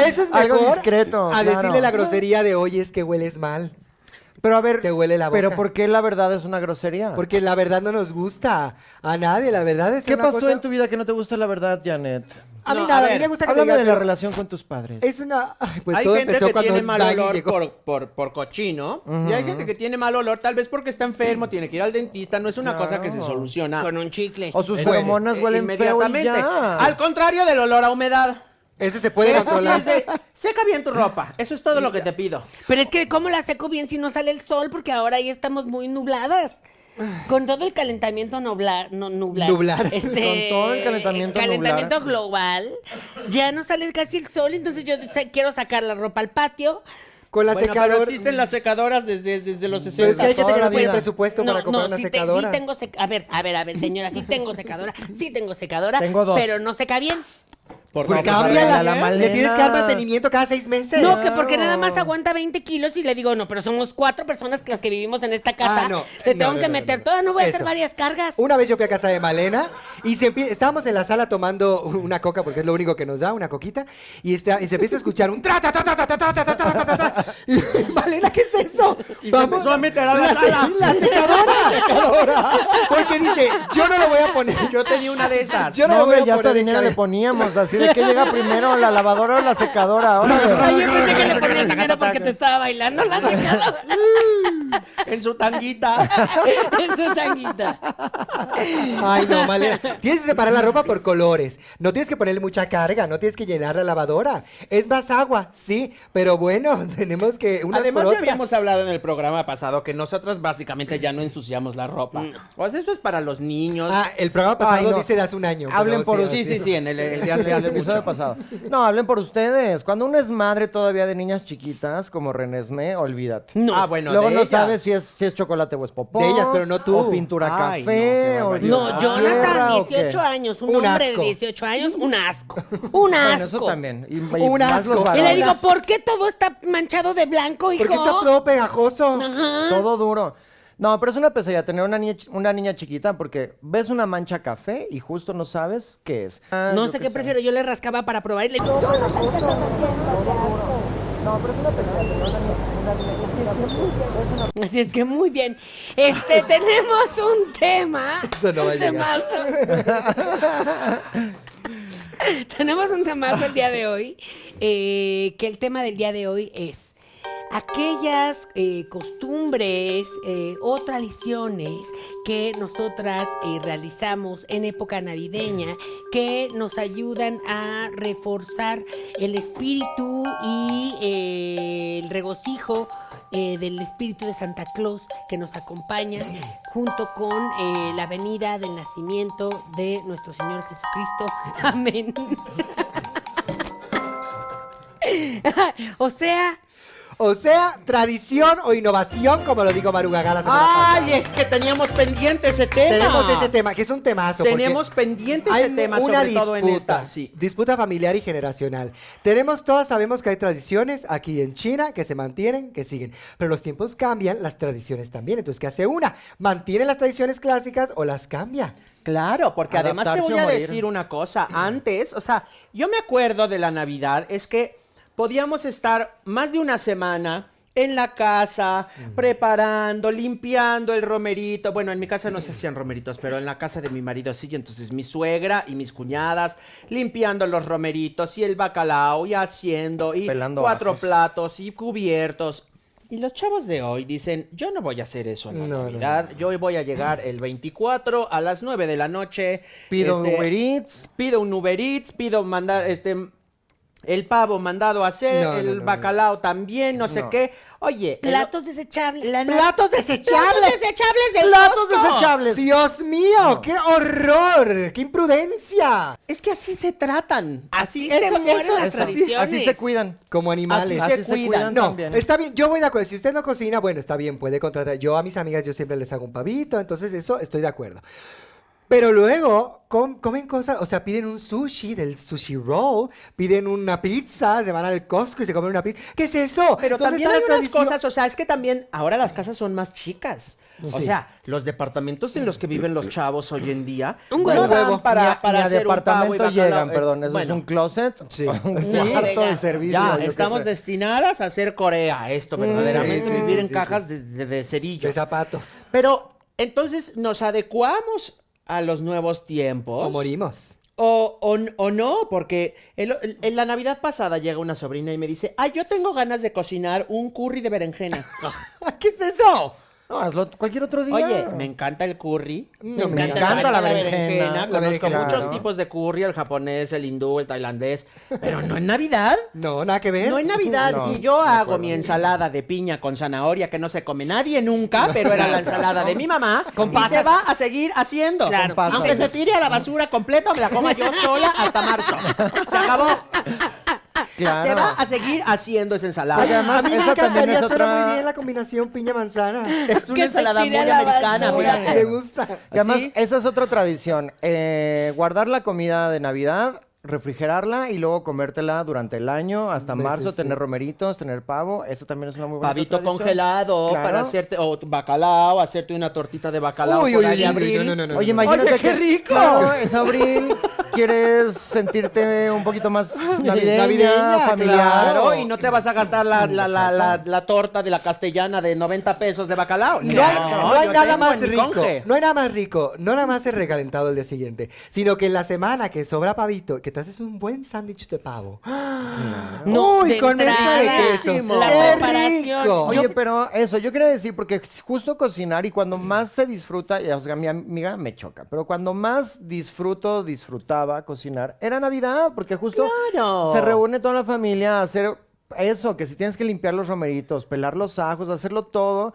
Speaker 3: Eso es
Speaker 4: Algo
Speaker 3: mejor
Speaker 4: discreto,
Speaker 3: a
Speaker 4: claro.
Speaker 3: decirle la grosería de, oye, es que hueles mal.
Speaker 4: Pero a ver,
Speaker 3: Te huele la
Speaker 4: Pero
Speaker 3: boca.
Speaker 4: ¿por qué la verdad es una grosería?
Speaker 3: Porque la verdad no nos gusta a nadie, la verdad es
Speaker 4: ¿Qué
Speaker 3: una
Speaker 4: pasó
Speaker 3: cosa-
Speaker 4: en tu vida que no te gusta la verdad, Janet?
Speaker 3: A mí
Speaker 2: No, a
Speaker 3: nada, a, mí
Speaker 2: ver,
Speaker 3: me gusta que me
Speaker 4: Háblame
Speaker 3: digan,
Speaker 4: de la
Speaker 3: pero
Speaker 4: relación con tus padres.
Speaker 3: Es una... Ay, pues
Speaker 2: hay
Speaker 3: todo
Speaker 2: gente
Speaker 3: empezó
Speaker 2: que
Speaker 3: cuando
Speaker 2: tiene mal
Speaker 3: Dani
Speaker 2: olor
Speaker 3: llegó.
Speaker 2: por, por, por cochino y hay gente que tiene mal olor tal vez porque está enfermo, tiene que ir al dentista, no es una cosa que se soluciona
Speaker 1: Con un chicle.
Speaker 4: Ah. O sus
Speaker 3: Eh,
Speaker 4: feromonas
Speaker 2: eh,
Speaker 4: huelen feo y ya.
Speaker 2: Al contrario del olor a humedad.
Speaker 3: Ese se puede
Speaker 2: Eso sí
Speaker 3: controlar.
Speaker 2: es de, seca bien tu ropa, eso es todo lo que te pido.
Speaker 1: Pero es que, ¿cómo la seco bien si no sale el sol? Porque ahora ya estamos muy nubladas. Con todo el calentamiento nublar, no, nublar,
Speaker 3: Nublar.
Speaker 1: Este,
Speaker 4: Con todo el calentamiento
Speaker 1: calentamiento
Speaker 4: nublar.
Speaker 1: global, ya no sale casi el sol, entonces yo sa- quiero sacar la ropa al patio.
Speaker 3: Con la
Speaker 2: Bueno, pero
Speaker 3: secadora...
Speaker 2: existen las secadoras desde, desde los
Speaker 3: Pero es que
Speaker 2: 60.
Speaker 3: hay gente que
Speaker 4: toda
Speaker 3: no
Speaker 4: la
Speaker 3: tiene
Speaker 4: vida.
Speaker 3: presupuesto para comprar una
Speaker 1: sí te-
Speaker 3: secadora.
Speaker 1: sí tengo sec- a ver, a ver, a ver, señora, sí tengo secadora, sí tengo secadora,
Speaker 4: Tengo dos.
Speaker 1: pero no seca bien.
Speaker 2: Por
Speaker 3: Pues
Speaker 2: favor,
Speaker 3: cámbiala,
Speaker 4: a la
Speaker 3: le
Speaker 4: Malena.
Speaker 3: tienes que dar mantenimiento cada seis meses.
Speaker 1: No, que porque
Speaker 4: Claro.
Speaker 1: nada más aguanta 20 kilos y le digo, no, pero somos cuatro personas las que vivimos en esta casa.
Speaker 3: Ah, no.
Speaker 1: Le
Speaker 3: No,
Speaker 1: tengo
Speaker 3: no,
Speaker 1: que
Speaker 3: no,
Speaker 1: meter
Speaker 3: no.
Speaker 1: toda, no voy a hacer
Speaker 3: Eso.
Speaker 1: varias cargas.
Speaker 3: Una vez yo fui a casa de Malena y se empie- estábamos en la sala tomando una coca porque es lo único que nos da, una coquita, y, está- y se empieza a escuchar un tra tra tra tra tra tra tra tra tra tra tra, tra. Y, Malena, ¿qué es eso?
Speaker 2: Y se empezó a meter a la
Speaker 3: se-
Speaker 2: sala.
Speaker 3: la secadora. Porque dice, yo no lo voy a poner.
Speaker 2: Yo tenía una de esas.
Speaker 3: Yo no,
Speaker 4: No,
Speaker 3: lo voy
Speaker 4: hombre,
Speaker 3: a
Speaker 4: ya hasta
Speaker 3: poner en
Speaker 4: dinero le
Speaker 3: cadena.
Speaker 4: poníamos, así de que llega primero la lavadora o la secadora. Ahora,
Speaker 1: Ay, yo pensé que le ponía dinero porque te estaba bailando la secadora
Speaker 2: En su tanguita.
Speaker 1: en su tanguita.
Speaker 3: Ay, no, Malena. Tienes que separar la ropa por colores. No tienes que ponerle mucha carga, no tienes que llenar la lavadora. Es más agua, sí, pero bueno, tenemos que unas
Speaker 2: Además,
Speaker 3: por
Speaker 2: ya
Speaker 3: otras.
Speaker 2: habíamos hablado en el programa pasado que nosotras básicamente ya no ensuciamos la ropa. Pues eso es para los niños.
Speaker 3: Mm. Ah, el programa pasado
Speaker 4: Ay, no.
Speaker 3: dice de hace un año.
Speaker 4: Hablen
Speaker 3: pero
Speaker 4: por-
Speaker 2: sí, sí,
Speaker 3: así.
Speaker 2: sí, en el, el de
Speaker 4: el
Speaker 2: hace- hace
Speaker 4: episodio
Speaker 2: mucho.
Speaker 4: pasado. No, hablen por ustedes. Cuando uno es madre todavía de niñas chiquitas, como Renesme, olvídate.
Speaker 1: No.
Speaker 2: Ah, bueno,
Speaker 4: Luego
Speaker 2: de
Speaker 4: no
Speaker 2: ellas.
Speaker 4: sabes si es, si es chocolate o es popó.
Speaker 3: De ellas, pero no tú.
Speaker 4: O pintura
Speaker 2: Ay,
Speaker 4: café.
Speaker 2: no,
Speaker 4: o
Speaker 2: qué
Speaker 1: No,
Speaker 2: Ah,
Speaker 1: Jonathan,
Speaker 4: tierra, ¿o qué?
Speaker 1: 18 años, un,
Speaker 3: Un
Speaker 1: hombre
Speaker 3: asco.
Speaker 1: de 18 años, un asco. Un asco.
Speaker 4: Bueno, eso también. Y, y
Speaker 3: Un
Speaker 4: más
Speaker 3: asco.
Speaker 4: los
Speaker 3: Y le
Speaker 1: Y le
Speaker 4: varones.
Speaker 1: digo, ¿por qué todo está manchado de blanco, hijo?
Speaker 3: Porque está todo pegajoso.
Speaker 4: Todo duro. No, pero es una pesadilla tener una niña, chi- una niña chiquita porque ves una mancha café y justo no sabes qué es. Ah,
Speaker 1: No
Speaker 4: yo
Speaker 1: sé qué prefiero, yo le rascaba para probar y le Así es que muy bien. Este, tenemos un tema.
Speaker 3: Eso no va a
Speaker 1: un
Speaker 3: llegar.
Speaker 1: temazo. tenemos un temazo el día de hoy. eh, que el tema del día de hoy es aquellas eh, costumbres eh, o tradiciones que nosotras eh, realizamos en época navideña que nos ayudan a reforzar el espíritu y eh, el regocijo eh, del espíritu de Santa Claus que nos acompaña junto con eh, la venida del nacimiento de nuestro Señor Jesucristo. Amén. o sea,
Speaker 3: O sea, tradición o innovación, como lo dijo Marugaga la semana
Speaker 2: Ay,
Speaker 3: pasada.
Speaker 2: es que teníamos pendiente ese tema.
Speaker 3: Tenemos ese tema, que es un temazo. porque
Speaker 2: Tenemos pendiente ese
Speaker 3: hay
Speaker 2: tema,
Speaker 3: una
Speaker 2: sobre
Speaker 3: disputa,
Speaker 2: todo en esta. Sí.
Speaker 3: disputa familiar y generacional. Tenemos, todas sabemos que hay tradiciones aquí en China que se mantienen, que siguen. Pero los tiempos cambian, las tradiciones también. Entonces, ¿qué hace una? ¿Mantiene las tradiciones clásicas o las cambia?
Speaker 2: Claro, porque además te
Speaker 4: Adaptarse
Speaker 2: voy
Speaker 4: o
Speaker 2: a
Speaker 4: morir.
Speaker 2: decir una cosa. Antes, o sea, yo me acuerdo de la Navidad, es que podíamos estar más de una semana en la casa, preparando, limpiando el romerito. Bueno, en mi casa no se hacían romeritos, pero en la casa de mi marido sí. y Entonces mi suegra y mis cuñadas limpiando los romeritos y el bacalao y haciendo y
Speaker 4: Pelando
Speaker 2: cuatro
Speaker 4: ajos.
Speaker 2: platos y cubiertos. Y los chavos de hoy dicen, yo no voy a hacer eso en la
Speaker 3: No, no,
Speaker 2: Navidad. Yo voy a llegar el 24 a las 9 de la noche.
Speaker 4: Pido un
Speaker 2: este,
Speaker 4: Uber Eats.
Speaker 2: Pido un Uber Eats, pido mandar este el pavo mandado a
Speaker 3: No,
Speaker 2: hacer,
Speaker 3: no, no,
Speaker 2: el
Speaker 3: no.
Speaker 2: bacalao también, no, sé
Speaker 4: No.
Speaker 2: qué. Oye, el-
Speaker 1: platos desechables.
Speaker 3: ¡Platos desechables!
Speaker 1: Platos desechables del
Speaker 4: platos desechables.
Speaker 3: Dios mío, qué horror, qué imprudencia.
Speaker 2: Es que así se tratan.
Speaker 1: Así se mueren las
Speaker 2: así-
Speaker 1: tradiciones.
Speaker 4: Así se cuidan.
Speaker 3: Como animales.
Speaker 2: Así se cuidan
Speaker 3: No,
Speaker 4: también.
Speaker 3: está bien, yo voy de acuerdo. Si usted no cocina, bueno, está bien, puede contratar. Yo a mis amigas yo siempre les hago un pavito, entonces eso estoy de acuerdo. Pero luego com- comen cosas, o sea, piden un sushi del sushi roll, piden una pizza, se van al Costco y se comen una pizza. ¿Qué es eso?
Speaker 2: Pero
Speaker 3: ¿Dónde
Speaker 2: también
Speaker 3: está
Speaker 2: hay
Speaker 3: la
Speaker 2: unas
Speaker 3: tradición?
Speaker 2: cosas, o sea, es que también ahora las casas son más chicas. O
Speaker 3: Sí.
Speaker 2: sea, los departamentos en los que viven los chavos hoy en día
Speaker 1: Un
Speaker 2: no
Speaker 1: huevo.
Speaker 2: dan
Speaker 4: Huevo.
Speaker 2: para,
Speaker 4: Ni a-
Speaker 2: para
Speaker 4: ni a
Speaker 2: hacer un pavo y
Speaker 4: departamento
Speaker 2: bacalao.
Speaker 4: llegan,
Speaker 2: Es-
Speaker 4: perdón, eso
Speaker 2: bueno.
Speaker 4: es un closet,
Speaker 3: Sí.
Speaker 4: un
Speaker 3: Sí.
Speaker 4: cuarto
Speaker 1: Bodega.
Speaker 4: de servicio.
Speaker 2: Ya,
Speaker 4: yo qué
Speaker 2: estamos
Speaker 4: sé.
Speaker 2: destinadas a hacer Corea, esto verdaderamente,
Speaker 3: sí, sí,
Speaker 2: vivir
Speaker 3: sí,
Speaker 2: en
Speaker 3: sí,
Speaker 2: cajas de, de- de
Speaker 3: De
Speaker 2: cerillos.
Speaker 3: zapatos.
Speaker 2: Pero entonces nos adecuamos a los nuevos tiempos.
Speaker 3: O morimos.
Speaker 2: O, o n- o no, porque el- el- en la Navidad pasada llega una sobrina y me dice, ay, yo tengo ganas de cocinar un curry de berenjena.
Speaker 3: ¿Qué es eso?
Speaker 4: No, hazlo cualquier otro día. Ah,
Speaker 2: Oye, me encanta el curry.
Speaker 3: No,
Speaker 2: me,
Speaker 3: me
Speaker 2: encanta,
Speaker 4: Mm, encanta
Speaker 2: la
Speaker 4: la
Speaker 2: berenjena.
Speaker 4: berenjena, la
Speaker 2: Conozco
Speaker 4: berenjena,
Speaker 2: muchos
Speaker 4: ¿no?
Speaker 2: tipos de curry, el japonés, el hindú, el tailandés. Pero no en Navidad.
Speaker 3: No, nada que ver.
Speaker 2: No en Navidad.
Speaker 4: ¿Eh? No,
Speaker 2: y yo
Speaker 4: de
Speaker 2: hago
Speaker 4: acuerdo.
Speaker 2: mi ensalada de piña con zanahoria que no se come nadie nunca, pero era la ensalada de mi mamá. y se va a seguir haciendo.
Speaker 1: Claro. Con pasas.
Speaker 2: Aunque se tire a la basura completa, me la coma yo sola hasta marzo. Se acabó.
Speaker 4: Claro.
Speaker 2: Se va a seguir haciendo esa ensalada.
Speaker 4: Oye, además,
Speaker 3: a mí me
Speaker 4: esa también
Speaker 3: encantaría,
Speaker 4: es
Speaker 3: suena
Speaker 4: otra-
Speaker 3: muy bien la combinación piña-manzana.
Speaker 2: es
Speaker 1: que
Speaker 2: una
Speaker 1: se
Speaker 2: ensalada muy
Speaker 1: tire a la
Speaker 2: americana,
Speaker 1: basura.
Speaker 2: fíjate.
Speaker 3: Me gusta.
Speaker 4: Y además,
Speaker 2: ¿Sí?
Speaker 4: esa es otra tradición. eh, guardar la comida de Navidad, refrigerarla y luego comértela durante el año, hasta
Speaker 3: Meses,
Speaker 4: marzo,
Speaker 3: sí.
Speaker 4: tener romeritos, tener pavo. Esa también es una muy buena
Speaker 2: Pavito congelado para hacerte, o tu bacalao, hacerte una tortita de bacalao
Speaker 3: Uy,
Speaker 2: por
Speaker 3: uy,
Speaker 2: ahí
Speaker 3: uy,
Speaker 2: de
Speaker 3: uy,
Speaker 2: abril.
Speaker 3: no, no, no, no,
Speaker 4: Oye,
Speaker 3: no.
Speaker 4: imagínate
Speaker 2: Oye, qué
Speaker 4: que-
Speaker 2: rico.
Speaker 4: Claro, es abril, quieres sentirte un poquito más navideña,
Speaker 3: Navideña,
Speaker 4: familiar.
Speaker 2: Claro, y no te vas a gastar la, la, la, la, la torta de la castellana de 90 pesos de bacalao.
Speaker 3: No hay, no hay
Speaker 2: yo
Speaker 3: nada
Speaker 2: tengo
Speaker 3: más
Speaker 2: en mi
Speaker 3: rico.
Speaker 2: conge.
Speaker 3: No hay nada más rico. No nada más el recalentado el día siguiente. Sino que en la semana que sobra pavito, que te haces un buen sándwich de pavo.
Speaker 1: No,
Speaker 3: Uy,
Speaker 1: de
Speaker 3: con mezcla de
Speaker 1: entrada,
Speaker 3: quesos.
Speaker 1: la
Speaker 3: ¡Qué
Speaker 1: preparación.
Speaker 3: rico!
Speaker 4: Oye, pero eso, yo quería decir, porque es justo cocinar y cuando más se disfruta, ya, o sea, mi amiga me choca, pero cuando más disfruto, disfrutaba cocinar, era Navidad, porque justo
Speaker 2: Claro.
Speaker 4: se reúne toda la familia a hacer eso, que si tienes que limpiar los romeritos, pelar los ajos, hacerlo todo.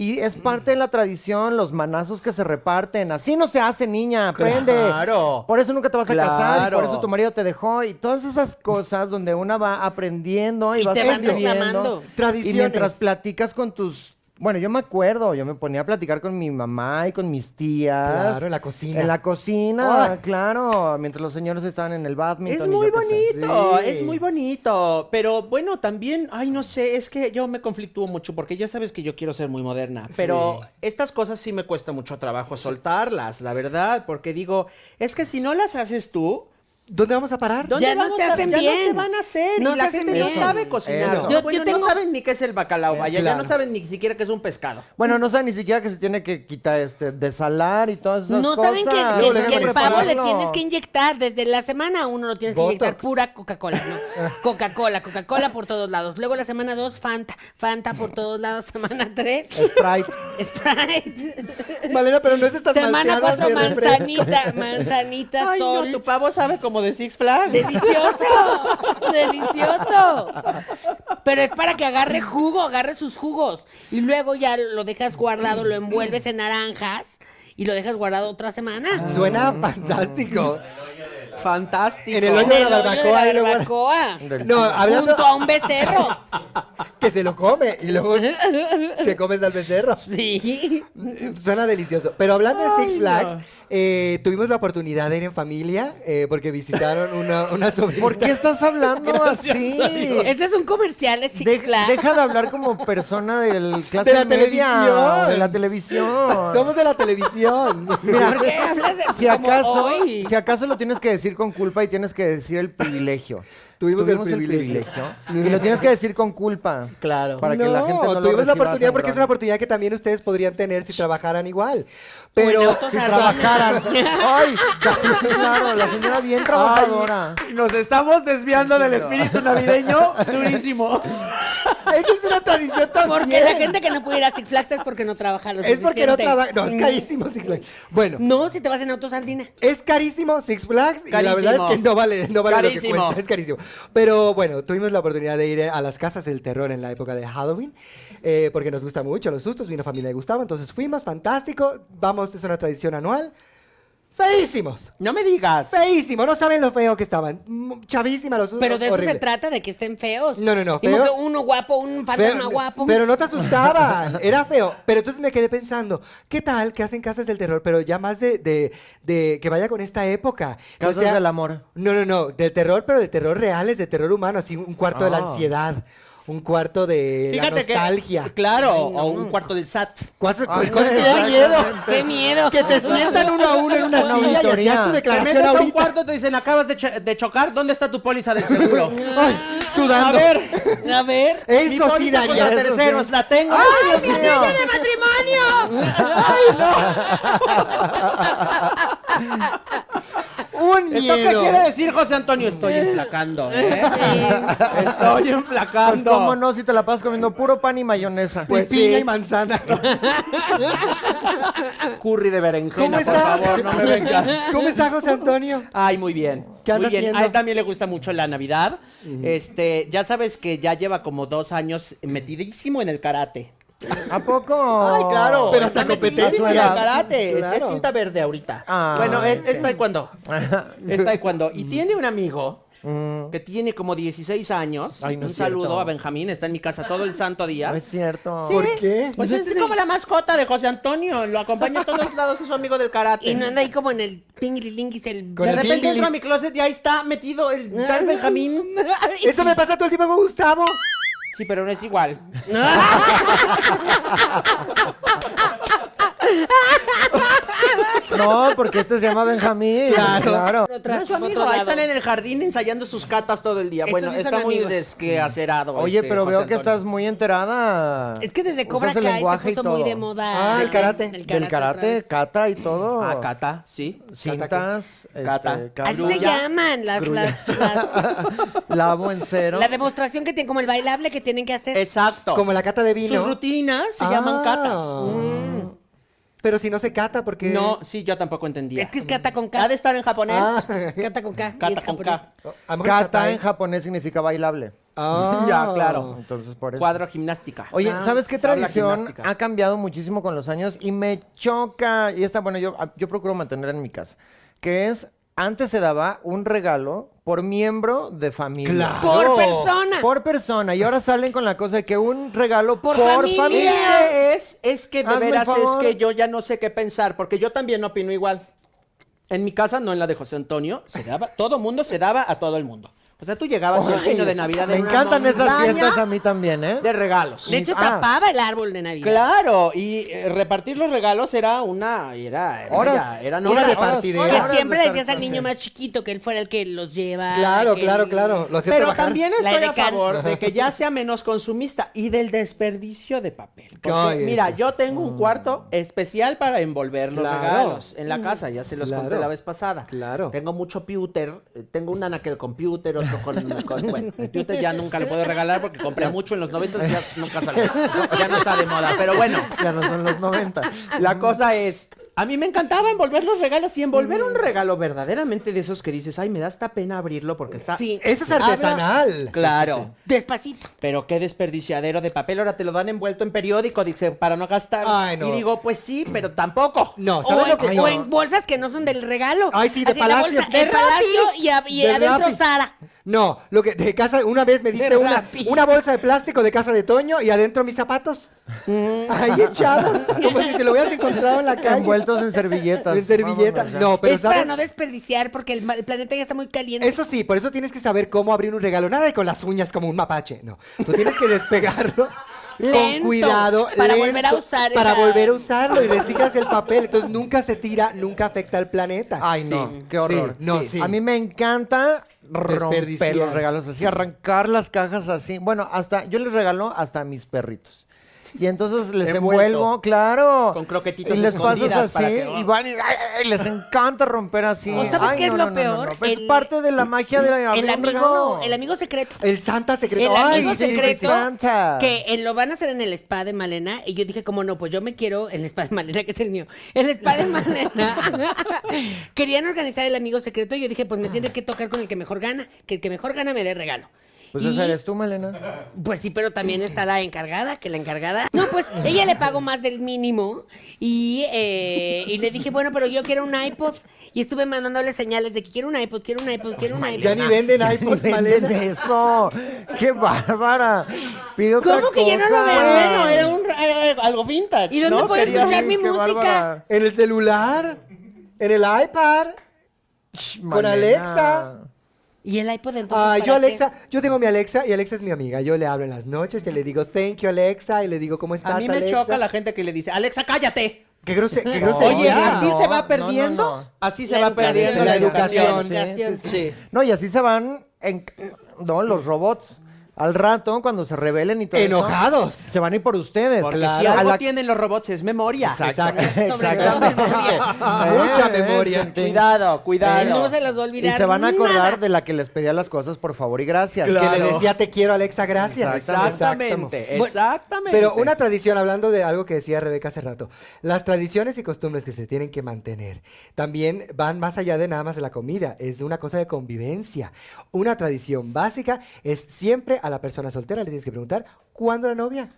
Speaker 4: Y es parte de la tradición, los manazos que se reparten. Así no se hace, niña, aprende.
Speaker 2: Claro.
Speaker 4: Por eso nunca te vas a casar, y por
Speaker 2: Claro.
Speaker 4: eso tu marido te dejó. Y todas esas cosas donde una va aprendiendo y,
Speaker 1: Y
Speaker 4: vas
Speaker 1: te van
Speaker 4: viviendo.
Speaker 1: reclamando.
Speaker 3: Tradiciones.
Speaker 4: Y mientras platicas con tus... Bueno, yo me acuerdo, yo me ponía a platicar con mi mamá y con mis tías.
Speaker 3: Claro, en la cocina.
Speaker 4: En la cocina,
Speaker 3: Ay.
Speaker 4: claro. Mientras los señores estaban en el badminton.
Speaker 2: Es
Speaker 4: y
Speaker 2: muy
Speaker 4: yo qué sé.
Speaker 2: bonito,
Speaker 3: Sí.
Speaker 2: es muy bonito. Pero bueno, también, ay, no sé, es que yo me conflictúo mucho porque ya sabes que yo quiero ser muy moderna. Pero estas cosas sí me cuesta mucho trabajo soltarlas, la verdad, porque digo, es que si no las haces tú,
Speaker 3: ¿Dónde vamos a parar?
Speaker 2: ¿dónde
Speaker 1: Ya no
Speaker 2: vamos
Speaker 1: se
Speaker 2: a-
Speaker 1: hacen
Speaker 2: ya no se
Speaker 1: bien.
Speaker 2: van a hacer?
Speaker 1: No
Speaker 2: y
Speaker 1: se
Speaker 2: la
Speaker 1: hacen
Speaker 2: gente no
Speaker 1: bien.
Speaker 2: sabe cocinar.
Speaker 4: Eso.
Speaker 1: Yo-
Speaker 2: Bueno,
Speaker 1: yo tengo-
Speaker 2: no saben ni qué es el bacalao, vaya, ya
Speaker 3: claro.
Speaker 2: no saben ni siquiera qué es un pescado.
Speaker 4: Bueno, no saben ni siquiera que se tiene que quitar, este, desalar y todas esas
Speaker 1: No
Speaker 4: cosas.
Speaker 1: saben que, que-
Speaker 4: Luego
Speaker 1: que
Speaker 4: dejan
Speaker 1: el pavo le
Speaker 4: prepararlo.
Speaker 1: tienes que inyectar desde la semana uno lo tienes que inyectar
Speaker 3: Botox.
Speaker 1: pura Coca-Cola, ¿no? Coca-Cola, Coca-Cola por todos lados. Luego la semana dos, Fanta, Fanta por todos lados. Semana tres,
Speaker 4: Sprite.
Speaker 1: Sprite.
Speaker 3: Malena, pero no es estas
Speaker 1: semana
Speaker 3: malteadas
Speaker 1: cuatro,
Speaker 3: de refresco.
Speaker 1: manzanita, manzanita,
Speaker 2: Ay,
Speaker 1: sol.
Speaker 2: no, tu pavo sabe como de Six Flags.
Speaker 1: Delicioso, delicioso. Pero es para que agarre jugo, agarre sus jugos. Y luego ya lo dejas guardado, lo envuelves en naranjas y lo dejas guardado otra semana.
Speaker 3: Suena fantástico.
Speaker 2: Fantástico.
Speaker 3: En el hoyo de
Speaker 1: Del hoyo
Speaker 3: la
Speaker 1: de la
Speaker 3: barbacoa. y luego-
Speaker 1: barbacoa.
Speaker 3: No, hablando
Speaker 1: Junto a un becerro.
Speaker 3: que se lo come y luego te comes al becerro.
Speaker 1: Sí.
Speaker 3: Suena delicioso. Pero hablando de Six Flags, eh, tuvimos la oportunidad de ir en familia eh, porque visitaron una, una sobrina.
Speaker 4: ¿Por qué estás hablando así?
Speaker 1: Ese es un comercial, es
Speaker 4: De-
Speaker 1: claro.
Speaker 4: Deja de hablar como persona del clase
Speaker 3: De la
Speaker 4: media,
Speaker 3: televisión.
Speaker 4: De la televisión.
Speaker 3: Somos de la televisión.
Speaker 1: ¿Por qué hablas de
Speaker 4: Si
Speaker 1: como
Speaker 4: acaso,
Speaker 1: hoy?
Speaker 4: si acaso lo tienes que decir con culpa y tienes que decir el privilegio.
Speaker 3: Tuvimos el privilegio.
Speaker 4: Y lo tienes que decir con culpa.
Speaker 2: Claro.
Speaker 4: Para que la gente no lo
Speaker 3: tuvimos la
Speaker 4: reciba
Speaker 3: oportunidad porque es una
Speaker 4: sangrón.
Speaker 3: oportunidad que también ustedes podrían tener si trabajaran igual. Pero
Speaker 1: Bueno, otros
Speaker 3: si
Speaker 1: árboles.
Speaker 3: trabajaran.
Speaker 4: Ay, claro, la señora bien trabajadora.
Speaker 2: Nos estamos desviando del espíritu navideño durísimo.
Speaker 3: Esa es una tradición también.
Speaker 1: Porque la gente que no puede ir a Six Flags es porque no trabaja lo
Speaker 3: Es porque no
Speaker 1: suficiente. Mm.
Speaker 3: trabaja. No, es carísimo Six Flags. Bueno,
Speaker 1: No, si te vas en autosardina.
Speaker 3: es carísimo Six Flags y la verdad es
Speaker 2: Carísimo.
Speaker 3: que no vale, no vale lo que
Speaker 2: Carísimo.
Speaker 3: cuesta. Es carísimo. Pero bueno, tuvimos la oportunidad de ir a las casas del terror en la época de Halloween, eh, porque nos gusta mucho los sustos, vino familia de Gustavo, entonces fuimos, fantástico, vamos, es una tradición anual. Feísimos,
Speaker 2: No me digas.
Speaker 3: feísimos, no saben lo feo que estaban, mm, chavísima los sustos.
Speaker 1: Pero de eso
Speaker 3: horrible.
Speaker 1: se trata, de que estén feos.
Speaker 3: No, no, no,
Speaker 1: Ni modo
Speaker 3: feo-
Speaker 1: que uno guapo, un
Speaker 3: Feo,
Speaker 1: fantasma guapo.
Speaker 3: Pero no te asustaban, era feo. Pero entonces me quedé pensando, ¿qué tal que hacen casas del terror? Pero ya más de, de- de que vaya con esta época. Que
Speaker 4: Casas del amor.
Speaker 3: No, no, no, del terror, pero de terror reales, de terror humano, así un cuarto de la
Speaker 4: Ah.
Speaker 3: ansiedad, un cuarto de la
Speaker 2: Fíjate que-
Speaker 3: nostalgia.
Speaker 2: Claro, o un cuarto del SAT.
Speaker 3: Cosas,
Speaker 4: Ay,
Speaker 3: cosas que
Speaker 4: no,
Speaker 3: dan miedo.
Speaker 1: ¡Qué miedo!
Speaker 3: Que te sientan uno a uno en una
Speaker 4: Una
Speaker 3: silla y
Speaker 4: auditoría.
Speaker 3: hacías tu
Speaker 4: Te
Speaker 2: Te
Speaker 3: declaración
Speaker 2: metes a un
Speaker 3: ahorita.
Speaker 2: cuarto te dicen, acabas de, cho- de chocar, ¿dónde está tu póliza del seguro?
Speaker 3: Ay,
Speaker 2: a
Speaker 3: sudando.
Speaker 2: ver,
Speaker 1: A ver.
Speaker 2: mi
Speaker 3: Eso sí
Speaker 2: póliza
Speaker 3: daría.
Speaker 2: contra
Speaker 4: eso sí.
Speaker 2: terceros, ¡Ah! la tengo.
Speaker 4: Dios mío!
Speaker 3: Un
Speaker 2: ¿Esto qué
Speaker 3: miedo.
Speaker 2: quiere decir, José Antonio? Estoy enflacando, ¿eh?
Speaker 1: Sí.
Speaker 2: Estoy
Speaker 4: Pues
Speaker 2: enflacando.
Speaker 4: cómo no, si te la pasas comiendo puro pan y mayonesa.
Speaker 3: Y
Speaker 2: Pues
Speaker 3: piña y manzana.
Speaker 2: Curry de berenjena,
Speaker 3: ¿Cómo
Speaker 2: por
Speaker 3: está?
Speaker 2: favor, no me vengas.
Speaker 3: ¿Cómo está José Antonio?
Speaker 2: Ay, muy bien.
Speaker 3: ¿Qué
Speaker 2: muy
Speaker 3: anda
Speaker 2: bien.
Speaker 3: haciendo?
Speaker 2: A él también le gusta mucho la Navidad. Este, ya sabes que ya lleva como dos años metidísimo en el karate.
Speaker 4: ¿A poco?
Speaker 2: Ay, claro.
Speaker 3: Pero hasta
Speaker 2: está
Speaker 3: competencia.
Speaker 2: metidísimo en el
Speaker 3: Claro.
Speaker 2: karate. Es
Speaker 3: Claro.
Speaker 2: cinta verde ahorita.
Speaker 4: Ah,
Speaker 2: bueno, es,
Speaker 4: sí. Ah.
Speaker 2: es taekwondo. Es taekwondo. Y tiene un amigo que tiene como 16 años.
Speaker 4: Ay, no
Speaker 2: un
Speaker 4: es cierto.
Speaker 2: saludo a Benjamín. Está en mi casa todo el santo día.
Speaker 4: No es cierto.
Speaker 2: Sí,
Speaker 3: ¿Por qué?
Speaker 2: Pues
Speaker 3: No
Speaker 2: es
Speaker 3: tiene-
Speaker 2: como la mascota de José Antonio. Lo acompaña a todos lados, es su amigo del karate.
Speaker 1: Y no anda ahí como en el pinglilingis, el...
Speaker 3: Con
Speaker 2: de
Speaker 3: el
Speaker 2: repente
Speaker 3: pingilis.
Speaker 2: entro a mi closet y ahí está metido el tal Benjamín.
Speaker 3: Eso me pasa todo el tiempo con Gustavo.
Speaker 2: Sí, pero no es igual.
Speaker 4: No, porque este se llama Benjamín. Claro.
Speaker 2: No es su amigo, ahí están en el jardín ensayando sus catas todo el día.
Speaker 1: Estos
Speaker 2: bueno,
Speaker 1: sí son
Speaker 2: está muy
Speaker 1: amigos.
Speaker 2: desqueacerado.
Speaker 4: Oye,
Speaker 2: este,
Speaker 4: pero
Speaker 2: José
Speaker 4: veo que
Speaker 2: Antonio.
Speaker 4: estás muy enterada.
Speaker 1: Es que desde
Speaker 4: Usas
Speaker 1: Cobra
Speaker 4: el
Speaker 1: Kai se
Speaker 4: lenguaje y
Speaker 1: puso muy
Speaker 4: todo.
Speaker 1: de moda.
Speaker 3: Ah, el karate.
Speaker 1: El
Speaker 4: Del
Speaker 1: otra
Speaker 4: karate,
Speaker 1: vez.
Speaker 4: kata y todo.
Speaker 2: Ah, cata, sí.
Speaker 4: Cintas. este,
Speaker 2: Kata.
Speaker 1: Así
Speaker 4: grulla.
Speaker 1: se llaman las, las, las-
Speaker 4: Lavo en cero.
Speaker 1: la demostración que tienen, como el bailable que tienen que hacer.
Speaker 2: Exacto.
Speaker 3: Como la cata de vino.
Speaker 2: Sus rutinas se
Speaker 3: Ah. Mm.
Speaker 2: llaman catas.
Speaker 3: Pero si no se cata, porque.
Speaker 2: No, sí, yo tampoco entendía.
Speaker 1: Es que es kata con
Speaker 2: Ha
Speaker 1: K.
Speaker 2: de estar en japonés.
Speaker 3: Ah.
Speaker 1: Kata con K. y
Speaker 2: Kata
Speaker 1: es
Speaker 2: con
Speaker 1: japonés.
Speaker 2: K.
Speaker 3: A lo mejor
Speaker 4: Kata
Speaker 3: kata,
Speaker 4: en
Speaker 3: ¿eh?
Speaker 4: japonés significa bailable.
Speaker 3: Ah.
Speaker 2: Ya, claro.
Speaker 4: Entonces, por eso.
Speaker 2: Cuadro gimnástica.
Speaker 4: Oye,
Speaker 2: Ah,
Speaker 4: ¿sabes qué
Speaker 2: tabla
Speaker 4: tradición
Speaker 2: gimnástica.
Speaker 4: ha cambiado muchísimo con los años? Y me choca. Y esta, bueno, yo, ah, yo procuro mantener en mi casa. Que es, antes se daba un regalo por miembro de familia.
Speaker 3: Claro.
Speaker 1: Por persona.
Speaker 4: Por persona. Y ahora salen con la cosa de que un regalo por,
Speaker 1: Por
Speaker 4: familia.
Speaker 1: familia.
Speaker 2: Es que es, es que de
Speaker 4: Hazme el
Speaker 2: veras es
Speaker 4: favor.
Speaker 2: que yo ya no sé qué pensar, porque yo también opino igual. En mi casa, no en la de José Antonio, se daba, todo mundo se daba a todo el mundo. O sea, tú llegabas y el
Speaker 4: Ay,
Speaker 2: genio de Navidad
Speaker 4: me
Speaker 2: era una
Speaker 4: encantan esas
Speaker 2: montaña
Speaker 4: fiestas a mí también, ¿eh?
Speaker 2: de regalos.
Speaker 1: De hecho,
Speaker 4: Ah.
Speaker 1: tapaba el árbol de Navidad.
Speaker 2: Claro, y eh, repartir los regalos era una, era, era,
Speaker 4: Horas.
Speaker 2: era
Speaker 3: Una
Speaker 2: horas.
Speaker 3: repartidera.
Speaker 1: Que
Speaker 4: Ahora
Speaker 1: siempre
Speaker 4: lo
Speaker 1: decías
Speaker 4: están
Speaker 1: al niño más chiquito que él fuera el que los lleva.
Speaker 3: Claro,
Speaker 1: que
Speaker 3: claro,
Speaker 1: él-
Speaker 3: claro. Lo hacías
Speaker 2: Pero
Speaker 3: trabajar.
Speaker 2: también
Speaker 1: La
Speaker 2: estoy a
Speaker 1: edecán.
Speaker 2: favor de que ya sea menos consumista y del desperdicio de papel. Porque,
Speaker 3: Ay,
Speaker 2: mira,
Speaker 3: eso
Speaker 2: yo tengo un cuarto especial para envolver los
Speaker 3: Claro. Mm.
Speaker 2: regalos en la casa, ya se los
Speaker 3: Claro.
Speaker 2: conté la vez pasada.
Speaker 3: Claro.
Speaker 2: Tengo mucho pewter, eh, tengo un anaquel computer, otro con, con- bueno, el pewter ya nunca lo puedo regalar porque compré mucho en los 90 y ya nunca salió. Ya no está de moda, pero bueno.
Speaker 4: Ya no son los 90.
Speaker 2: La cosa es, a mí me encantaba envolver los regalos y
Speaker 3: Mm.
Speaker 2: envolver un regalo verdaderamente de esos que dices, ay, me da esta pena abrirlo porque está...
Speaker 1: Sí.
Speaker 3: Eso es
Speaker 2: Habla-
Speaker 3: artesanal.
Speaker 2: Claro.
Speaker 1: Despacito.
Speaker 2: Pero qué desperdiciadero de papel, ahora te lo dan envuelto en periódico, dice, para no gastar.
Speaker 3: Ay, no.
Speaker 2: Y digo, pues sí, pero tampoco.
Speaker 3: No,
Speaker 1: O
Speaker 3: ¿sabes
Speaker 1: en,
Speaker 3: lo que
Speaker 1: o en bolsas que no son del regalo.
Speaker 3: Ay, sí, de
Speaker 1: Así, la
Speaker 3: Palacio.
Speaker 1: bolsa, el
Speaker 3: De
Speaker 1: palacio y, a- y
Speaker 3: De
Speaker 1: adentro
Speaker 3: Rappi.
Speaker 1: Sara.
Speaker 3: No, lo que de casa, una vez me diste
Speaker 1: De
Speaker 3: una,
Speaker 1: Rappi.
Speaker 3: una bolsa de plástico de casa de Toño y adentro mis zapatos.
Speaker 1: Mm.
Speaker 3: Ahí echados, como si te lo hubieras encontrado en la calle.
Speaker 4: Envueltos en servilletas.
Speaker 3: En servilleta.
Speaker 4: Vámonos ya.
Speaker 3: No, pero
Speaker 1: es
Speaker 3: ¿sabes?
Speaker 1: para no desperdiciar porque el, ma- el planeta ya está muy caliente.
Speaker 3: Eso sí, por eso tienes que saber cómo abrir un regalo. Nada de con las uñas como un mapache, no. Tú tienes que despegarlo con
Speaker 1: Lento,
Speaker 3: cuidado.
Speaker 1: para
Speaker 3: lento,
Speaker 1: volver a usar
Speaker 3: Para
Speaker 1: esa-
Speaker 3: volver a usarlo y reciclas el papel. Entonces nunca se tira, nunca afecta al planeta.
Speaker 4: Ay, no,
Speaker 3: Sí,
Speaker 4: qué horror.
Speaker 3: sí, no, sí.
Speaker 4: A mí me encanta romper
Speaker 3: Desperdiciar.
Speaker 4: los regalos así, arrancar las cajas así. Bueno, hasta yo les regalo hasta a mis perritos. Y entonces les
Speaker 2: Envuelto.
Speaker 4: envuelvo, claro.
Speaker 2: Con croquetitos
Speaker 4: Y les pasas
Speaker 2: escondidas
Speaker 4: así
Speaker 2: para que-
Speaker 4: y van y ay, ay, les encanta romper así.
Speaker 1: ¿O sabes
Speaker 4: Ay,
Speaker 1: qué es
Speaker 4: no,
Speaker 1: lo
Speaker 4: no, no, no,
Speaker 1: peor?
Speaker 4: no. Es
Speaker 1: El-
Speaker 4: parte de la magia de la
Speaker 1: el
Speaker 4: abrir un regalo.
Speaker 1: amigo, el amigo secreto.
Speaker 3: El Santa secreto.
Speaker 1: El
Speaker 3: Ay,
Speaker 1: amigo
Speaker 3: sí, sí, sí.
Speaker 1: secreto
Speaker 4: Santa.
Speaker 1: que eh, lo van a hacer en el spa de Malena y yo dije como no, pues yo me quiero el spa de Malena que es el mío, el spa de Malena. Querían organizar el amigo secreto y yo dije pues me tiene que tocar con el que mejor gana, que el que mejor gana me dé regalo.
Speaker 4: Pues
Speaker 1: Y-
Speaker 4: esa eres tú, Malena.
Speaker 1: pues sí, pero también está la encargada, que la encargada. No, pues ella le pagó más del mínimo y, eh, y le dije, bueno, pero yo quiero un iPod. Y estuve mandándole señales de que quiero un iPod, quiero un iPod, quiero un iPod.
Speaker 3: Ya ni venden
Speaker 1: Pues
Speaker 3: iPods,
Speaker 4: Venden
Speaker 3: Malena.
Speaker 4: eso. ¡Qué bárbara! Pido otra
Speaker 1: ¿Cómo que ya no lo
Speaker 4: cosa.
Speaker 1: venden?
Speaker 2: Bueno, era un, era algo vintage.
Speaker 1: ¿Y dónde
Speaker 2: ¿no?
Speaker 1: puedes
Speaker 2: Querías-
Speaker 1: comprar mi
Speaker 4: Qué
Speaker 1: música?
Speaker 4: bárbara.
Speaker 3: En el celular, en el iPad,
Speaker 4: Sh,
Speaker 3: con Alexa.
Speaker 1: Y el iPod entonces.
Speaker 3: Ay,
Speaker 1: ¿para
Speaker 3: yo
Speaker 1: qué?
Speaker 3: Alexa, yo tengo mi Alexa y Alexa es mi amiga. Yo le hablo en las noches y le digo thank you Alexa y le digo cómo estás
Speaker 2: A mí me
Speaker 3: Alexa.
Speaker 2: choca la gente que le dice, Alexa, cállate.
Speaker 3: Qué, grose- qué
Speaker 4: No,
Speaker 3: grosería.
Speaker 2: Oye,
Speaker 4: ya.
Speaker 2: así
Speaker 4: No,
Speaker 2: se
Speaker 4: no,
Speaker 2: va
Speaker 4: no,
Speaker 2: perdiendo,
Speaker 4: no.
Speaker 2: así se
Speaker 1: La
Speaker 2: va
Speaker 1: educación,
Speaker 2: perdiendo
Speaker 3: la
Speaker 2: la educación.
Speaker 3: educación,
Speaker 1: sí, sí.
Speaker 4: No, y así se van en... No, los robots. Al rato, cuando se rebelen y todo eso,
Speaker 3: Enojados.
Speaker 4: se van a ir por ustedes.
Speaker 2: Porque
Speaker 4: Claro.
Speaker 2: si
Speaker 4: A
Speaker 2: algo
Speaker 4: la-
Speaker 2: tienen los robots es memoria.
Speaker 3: Exacto.
Speaker 1: Exactamente.
Speaker 3: Mucha memoria.
Speaker 2: Cuidado,
Speaker 1: Ay,
Speaker 2: cuidado.
Speaker 1: no se las va a olvidar
Speaker 4: Y se van a acordar
Speaker 1: nada.
Speaker 4: de la que les pedía las cosas por favor y gracias.
Speaker 3: Que le
Speaker 2: Claro.
Speaker 3: decía te quiero Alexa, gracias.
Speaker 2: Exactamente, exactamente.
Speaker 3: Pero una tradición, hablando de algo que decía Rebeca hace rato, las tradiciones y costumbres que se tienen que mantener también van más allá de nada más de la comida, es una cosa de convivencia. Una tradición básica es siempre a la persona soltera le tienes que preguntar, ¿cuándo la novia?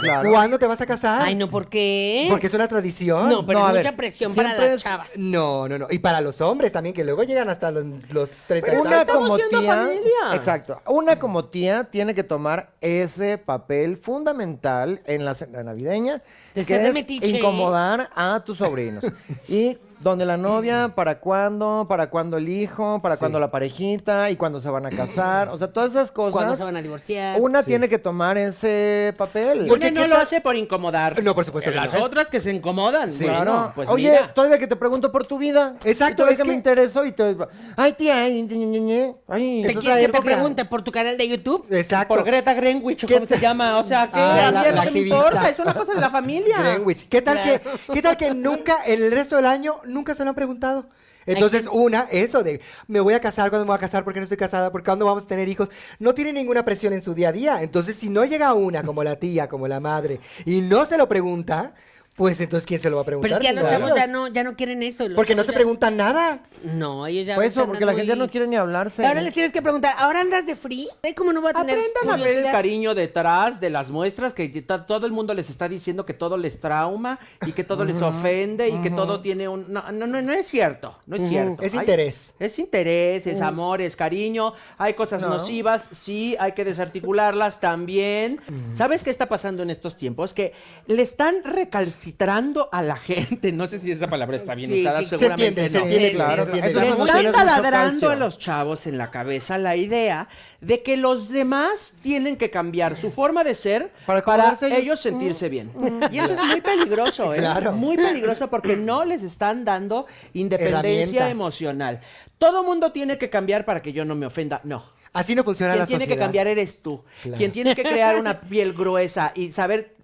Speaker 4: Claro.
Speaker 3: ¿Cuándo te vas a casar?
Speaker 1: Ay, no, ¿por qué?
Speaker 3: Porque es una tradición.
Speaker 1: No, pero
Speaker 4: No,
Speaker 1: es
Speaker 4: a ver,
Speaker 1: mucha presión para
Speaker 4: siempre
Speaker 1: las
Speaker 4: es-
Speaker 1: chavas.
Speaker 3: No, no, no. Y para los hombres también, que luego llegan hasta los, los 30 y
Speaker 4: Una
Speaker 3: tantos.
Speaker 2: estamos
Speaker 4: como
Speaker 2: siendo
Speaker 4: tía,
Speaker 2: familia.
Speaker 4: exacto. Una como tía tiene que tomar ese papel fundamental en la cena navideña,
Speaker 1: De ser de
Speaker 4: que es
Speaker 1: metiche.
Speaker 4: incomodar a tus sobrinos. y donde la novia, para cuándo, para cuándo el hijo, para cuándo la parejita y cuándo se van a casar, o sea, todas esas cosas.
Speaker 1: Cuando se van a divorciar.
Speaker 4: Una tiene que tomar ese papel.
Speaker 2: Una no
Speaker 3: ¿qué
Speaker 2: lo
Speaker 3: tal-
Speaker 2: hace por incomodar.
Speaker 3: No, por supuesto que
Speaker 2: Las
Speaker 3: no. ¿eh?
Speaker 2: otras que se incomodan. bueno,
Speaker 4: Claro.
Speaker 2: pues
Speaker 4: Oye,
Speaker 2: mira.
Speaker 4: todavía que te pregunto por tu vida.
Speaker 3: Exacto,
Speaker 4: Y Todavía
Speaker 3: es
Speaker 4: que, me
Speaker 3: que-
Speaker 4: intereso y te. Ay, tía, ay, ñe, ñe, ñe, ñe, ay.
Speaker 1: ¿Te quieres
Speaker 3: es otra
Speaker 1: que te
Speaker 3: época.
Speaker 1: pregunte por tu canal de YouTube?
Speaker 3: Exacto.
Speaker 2: Por Greta Greenwich, o
Speaker 3: ¿Qué
Speaker 2: ¿cómo
Speaker 3: te-
Speaker 2: se llama? O sea, ¿qué?
Speaker 3: Ah,
Speaker 2: a mí
Speaker 3: la-
Speaker 2: eso
Speaker 3: la
Speaker 2: no me
Speaker 3: activista.
Speaker 2: importa, es una cosa de la familia.
Speaker 3: Greenwich. ¿Qué tal, que, ¿Qué tal que nunca, el resto del año, nunca se lo han preguntado? Entonces, una, eso de, me voy a casar, cuándo me voy a casar, por qué no estoy casada, por cuándo vamos a tener hijos, no tiene ninguna presión en su día a día. Entonces, si no llega una, como la tía, como la madre, y no se lo pregunta, pues entonces, ¿quién se lo va a preguntar?
Speaker 1: Pero es que ya
Speaker 3: sino
Speaker 1: los chavos ya
Speaker 3: ellos?
Speaker 1: no, ya no quieren eso. los
Speaker 3: Porque no
Speaker 1: chavos
Speaker 3: se
Speaker 1: ya-
Speaker 3: preguntan nada.
Speaker 1: No, ellos ya.
Speaker 4: Por
Speaker 1: están
Speaker 4: Pues eso, porque la
Speaker 1: muy-
Speaker 4: gente ya no quiere ni hablarse.
Speaker 1: Ahora les tienes que preguntar, ¿ahora andas de free? Ay, ¿Cómo no voy a tener
Speaker 2: Aprendan a ver el
Speaker 1: curiosidad?
Speaker 2: cariño detrás de las muestras que t- todo el mundo les está diciendo que todo les trauma y que todo les ofende y que todo tiene un... No, no, no, no es cierto, no es cierto.
Speaker 3: Es
Speaker 2: Hay-
Speaker 3: interés.
Speaker 2: Es interés, es amor, es cariño. Hay cosas nocivas, sí, hay que desarticularlas también. ¿Sabes qué está pasando en estos tiempos? Que le están recalcitrando a la gente. No sé si esa palabra está bien
Speaker 1: Sí,
Speaker 2: usada,
Speaker 1: sí, se
Speaker 2: seguramente
Speaker 3: entiende, se
Speaker 2: no.
Speaker 3: entiende, claro, se entiende.
Speaker 2: Le
Speaker 4: Estamos muy
Speaker 2: están
Speaker 4: llenos de
Speaker 2: taladrando
Speaker 4: cansancio.
Speaker 2: a los chavos en la cabeza la idea de que los demás tienen que cambiar su forma de ser
Speaker 4: Para
Speaker 2: para,
Speaker 4: acomodarse
Speaker 2: ellos,
Speaker 4: ellos.
Speaker 1: Mm.
Speaker 2: sentirse bien. Y eso es muy peligroso, ¿eh?
Speaker 3: Claro.
Speaker 2: Muy peligroso porque no les están dando independencia
Speaker 3: Herramientas.
Speaker 2: emocional. Todo mundo tiene que cambiar para que yo no me ofenda. No.
Speaker 3: Así no funciona
Speaker 2: Quien
Speaker 3: la
Speaker 2: tiene
Speaker 3: sociedad.
Speaker 2: que cambiar eres tú.
Speaker 3: Claro.
Speaker 2: Quien tiene que crear una piel gruesa y saber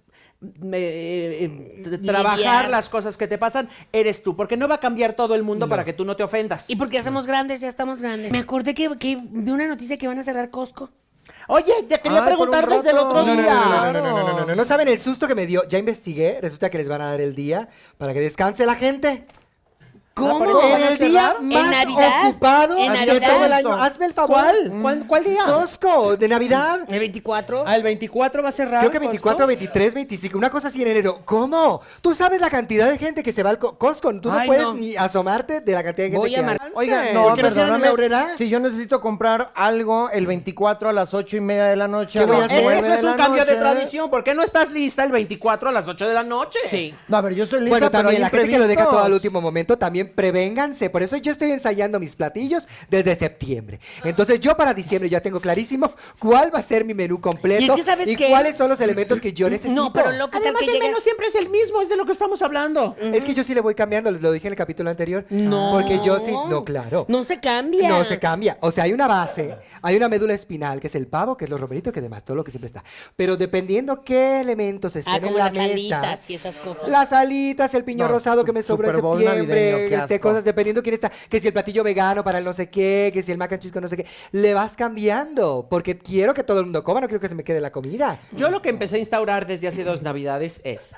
Speaker 2: me- eh, eh, t- trabajar
Speaker 1: Lidiar.
Speaker 2: las cosas que te pasan, eres tú. Porque no va a cambiar todo el mundo para que tú no te ofendas.
Speaker 1: Y porque ya estamos grandes, ya estamos grandes. Me acordé que, que de una noticia que van a cerrar Costco.
Speaker 2: Oye, te quería
Speaker 4: Ay, por un
Speaker 2: preguntar desde el
Speaker 4: rato.
Speaker 2: otro
Speaker 3: No, no,
Speaker 2: día.
Speaker 3: no, no, no, no, no, no, no, no, no, no saben el susto que me dio. Ya investigué, resulta que les van a dar el día para que descanse la gente.
Speaker 1: ¿Cómo?
Speaker 2: ¿por qué
Speaker 1: ¿Van
Speaker 3: En
Speaker 1: a
Speaker 3: el
Speaker 2: cerrar?
Speaker 3: día
Speaker 1: ¿En
Speaker 3: más
Speaker 1: Navidad?
Speaker 3: ocupado
Speaker 1: ¿En
Speaker 3: de
Speaker 1: Navidad?
Speaker 3: todo el año. Hazme el favor.
Speaker 2: ¿Cuál? ¿Cuál, cuál día?
Speaker 3: Costco, de Navidad.
Speaker 1: ¿El 24?
Speaker 2: Al 24 va a cerrar.
Speaker 3: Creo que 24, 23, 25, una cosa así en enero. ¿Cómo? Tú sabes la cantidad de gente que se va al co- Costco. Tú no
Speaker 1: Ay,
Speaker 3: puedes
Speaker 1: no.
Speaker 3: ni asomarte de la cantidad de gente
Speaker 1: Voy a
Speaker 3: que hay.
Speaker 1: marcar.
Speaker 4: Oiga,
Speaker 2: Sí,
Speaker 4: no,
Speaker 3: ¿por qué no cierran en la
Speaker 4: perdóname.
Speaker 3: horrera?
Speaker 4: Si yo necesito comprar algo el 24 a las 8 y media de la noche,
Speaker 3: ¿Qué voy a
Speaker 4: las
Speaker 3: hacer?
Speaker 4: nueve
Speaker 2: Eso
Speaker 4: de
Speaker 2: es
Speaker 4: la
Speaker 2: un cambio de
Speaker 4: noche.
Speaker 2: tradición. ¿Por qué no estás lista el 24 a las 8 de la noche?
Speaker 1: Sí.
Speaker 4: No, a ver, yo estoy lista,
Speaker 3: Bueno, también
Speaker 4: pero
Speaker 3: la
Speaker 4: hay
Speaker 3: gente que lo deja todo al
Speaker 4: imprevistos.
Speaker 3: último momento también también prevénganse. Por eso yo estoy ensayando mis platillos desde septiembre. Entonces yo para diciembre ya tengo clarísimo cuál va a ser mi menú completo y,
Speaker 1: Y es que, ¿sabes qué?
Speaker 3: cuáles son los elementos que yo necesito.
Speaker 1: No, pero loca, tal
Speaker 2: Además,
Speaker 1: que
Speaker 2: el
Speaker 1: llega...
Speaker 2: menú siempre es el mismo, es de lo que estamos hablando.
Speaker 3: Es que yo sí le voy cambiando, les lo dije en el capítulo anterior.
Speaker 1: No.
Speaker 3: Porque yo sí, no, claro.
Speaker 1: No se cambia.
Speaker 3: No se cambia. O sea, hay una base, hay una médula espinal, que es el pavo, que es los romeritos, que además todo lo que siempre está. Pero dependiendo qué elementos estén
Speaker 1: Ah, como
Speaker 3: en la
Speaker 1: las
Speaker 3: mesa.
Speaker 1: alitas y esas cosas.
Speaker 3: Las alitas, el piñón
Speaker 4: No,
Speaker 3: rosado que
Speaker 4: su-
Speaker 3: me sobró en
Speaker 4: Super Bowl navideño,
Speaker 3: septiembre,
Speaker 4: qué
Speaker 3: este,
Speaker 4: asco.
Speaker 3: cosas, dependiendo quién está, que si el platillo vegano para el no sé qué, que si el mac and cheese con no sé qué, le vas cambiando, porque quiero que todo el mundo coma, no quiero que se me quede la comida.
Speaker 2: Yo lo que empecé a instaurar desde hace dos navidades es,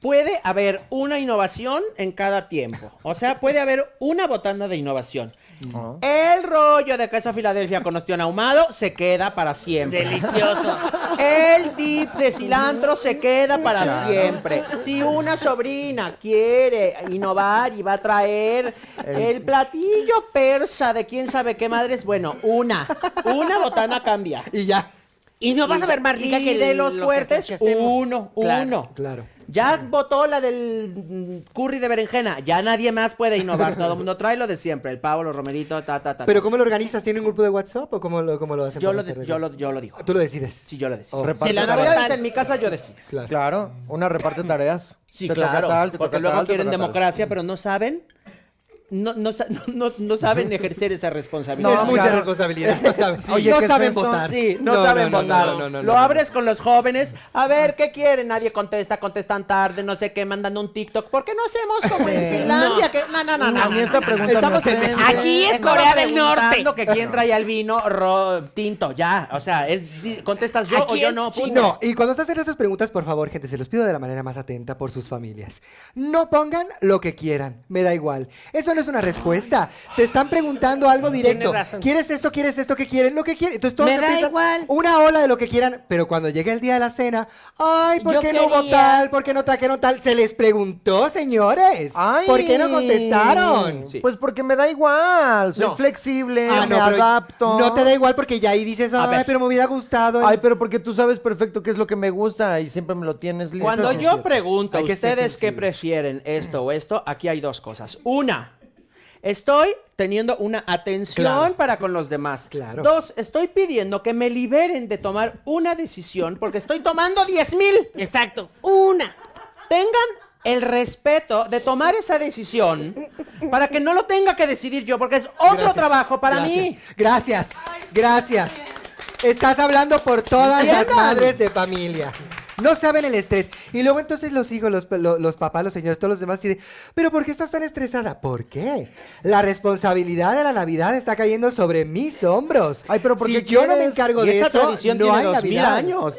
Speaker 2: puede haber una innovación en cada tiempo. O sea, puede haber una botana de innovación.
Speaker 4: Oh.
Speaker 2: El rollo de queso Filadelfia con ostión ahumado se queda para siempre.
Speaker 1: Delicioso.
Speaker 2: El dip de cilantro se queda para siempre. Si una sobrina quiere innovar y va a traer el platillo persa de quién sabe qué madres, bueno, una, una botana cambia.
Speaker 3: Y ya.
Speaker 1: Y no vas a ver más rica
Speaker 2: y
Speaker 1: que el-
Speaker 2: de los
Speaker 1: lo que-
Speaker 2: fuertes,
Speaker 1: que hacemos.
Speaker 2: uno,
Speaker 1: Claro.
Speaker 2: uno.
Speaker 3: Claro.
Speaker 2: Ya votó la del mm, curry de berenjena. Ya nadie más puede innovar. Todo el mundo trae lo de siempre. El pavo, los romeritos, ta, ta, ta.
Speaker 3: Pero ¿cómo lo organizas? ¿Tiene un grupo de WhatsApp o cómo lo, cómo lo hacen?
Speaker 2: yo,
Speaker 3: para
Speaker 2: lo
Speaker 3: hacer
Speaker 2: de-
Speaker 3: el-
Speaker 2: yo, lo, yo lo digo.
Speaker 3: Tú lo decides.
Speaker 2: Sí, yo lo decido.
Speaker 4: Reparte
Speaker 2: Si la
Speaker 4: tareas.
Speaker 2: Navidad es en mi casa, yo decido.
Speaker 3: Claro.
Speaker 4: Oh, Claro, una reparte tareas.
Speaker 2: Sí,
Speaker 4: Te toca
Speaker 2: claro.
Speaker 4: tal, te
Speaker 2: porque
Speaker 4: toca
Speaker 2: luego
Speaker 4: tal, te
Speaker 2: quieren
Speaker 4: toca tal.
Speaker 2: democracia, pero no saben. No, no, sa- no, no saben ejercer esa responsabilidad.
Speaker 3: es
Speaker 4: No,
Speaker 3: mucha
Speaker 4: claro.
Speaker 3: responsabilidad. No saben,
Speaker 4: Sí. Oye,
Speaker 3: no
Speaker 4: ¿qué es
Speaker 3: saben
Speaker 4: esto?
Speaker 3: votar.
Speaker 2: Sí, no, saben votar.
Speaker 3: no, no, no,
Speaker 2: Lo
Speaker 3: no.
Speaker 2: abres con los jóvenes. A ver, ¿qué quieren? Nadie contesta, contestan tarde, no sé qué, mandando un TikTok. ¿Por qué no hacemos como en Finlandia? Que... No, no, no, no.
Speaker 4: A mí esta pregunta
Speaker 3: Estamos
Speaker 4: me
Speaker 3: en-
Speaker 4: ofende.
Speaker 1: Aquí es
Speaker 2: Estaba
Speaker 1: Corea del
Speaker 2: preguntando
Speaker 1: Norte.
Speaker 2: que quién traía el vino ro- tinto, ya. O sea, es, di- contestas yo
Speaker 1: Aquí
Speaker 2: o yo
Speaker 1: es
Speaker 2: no. punto.
Speaker 3: No, y cuando se hacen estas preguntas, por favor, gente, se los pido de la manera más atenta por sus familias. No pongan lo que quieran, me da igual. Eso no es una respuesta. Te están preguntando algo directo.
Speaker 1: Tienes razón.
Speaker 3: ¿Quieres esto? ¿Quieres esto? ¿Qué quieren? Lo que quieren. Entonces todos
Speaker 1: Me da
Speaker 3: empiezan
Speaker 1: igual.
Speaker 3: una ola de lo que quieran, pero cuando llega el día de la cena, ay, ¿por
Speaker 1: Yo
Speaker 3: qué no hubo
Speaker 1: quería.
Speaker 3: tal? ¿Por qué no trajeron tal? Se les preguntó, señores.
Speaker 4: Ay.
Speaker 3: ¿Por qué no contestaron?
Speaker 2: Sí.
Speaker 4: Pues porque me da igual, soy
Speaker 2: No.
Speaker 4: flexible,
Speaker 3: Ah,
Speaker 4: me
Speaker 3: no, pero
Speaker 4: adapto.
Speaker 3: No te da igual porque ya ahí dices,
Speaker 2: A
Speaker 3: ay,
Speaker 2: ver.
Speaker 3: pero me hubiera gustado.
Speaker 4: Ay, pero porque tú sabes perfecto qué es lo que me gusta y siempre me lo tienes listo.
Speaker 2: Cuando
Speaker 3: sí es
Speaker 2: yo
Speaker 3: cierto.
Speaker 2: pregunto a
Speaker 3: Hay que ser
Speaker 2: ustedes qué
Speaker 3: sensibles.
Speaker 2: prefieren, esto o esto, aquí hay dos cosas. Una, estoy teniendo una atención
Speaker 3: Claro.
Speaker 2: para con los demás.
Speaker 3: Claro.
Speaker 2: Dos, estoy pidiendo que me liberen de tomar una decisión porque estoy tomando 10 mil.
Speaker 1: Exacto. Una.
Speaker 2: Tengan el respeto de tomar esa decisión para que no lo tenga que decidir yo porque es otro
Speaker 3: Gracias.
Speaker 2: trabajo para
Speaker 3: Gracias.
Speaker 2: mí.
Speaker 3: Gracias, gracias. Estás hablando por todas las
Speaker 2: ¿Entiendan?
Speaker 3: madres de familia. No saben el estrés. Y luego entonces los hijos, los, lo- los papás, los señores, todos los demás dicen, pero ¿por qué estás tan estresada? ¿Por qué? La responsabilidad de la Navidad está cayendo sobre mis hombros.
Speaker 4: Ay, pero ¿por
Speaker 3: si
Speaker 4: qué
Speaker 3: yo no me
Speaker 4: quieres?
Speaker 3: encargo
Speaker 2: Y
Speaker 3: de
Speaker 2: esta
Speaker 3: eso,
Speaker 2: tradición
Speaker 3: no
Speaker 2: tiene
Speaker 3: hay
Speaker 2: dos mil
Speaker 3: Navidad.
Speaker 2: años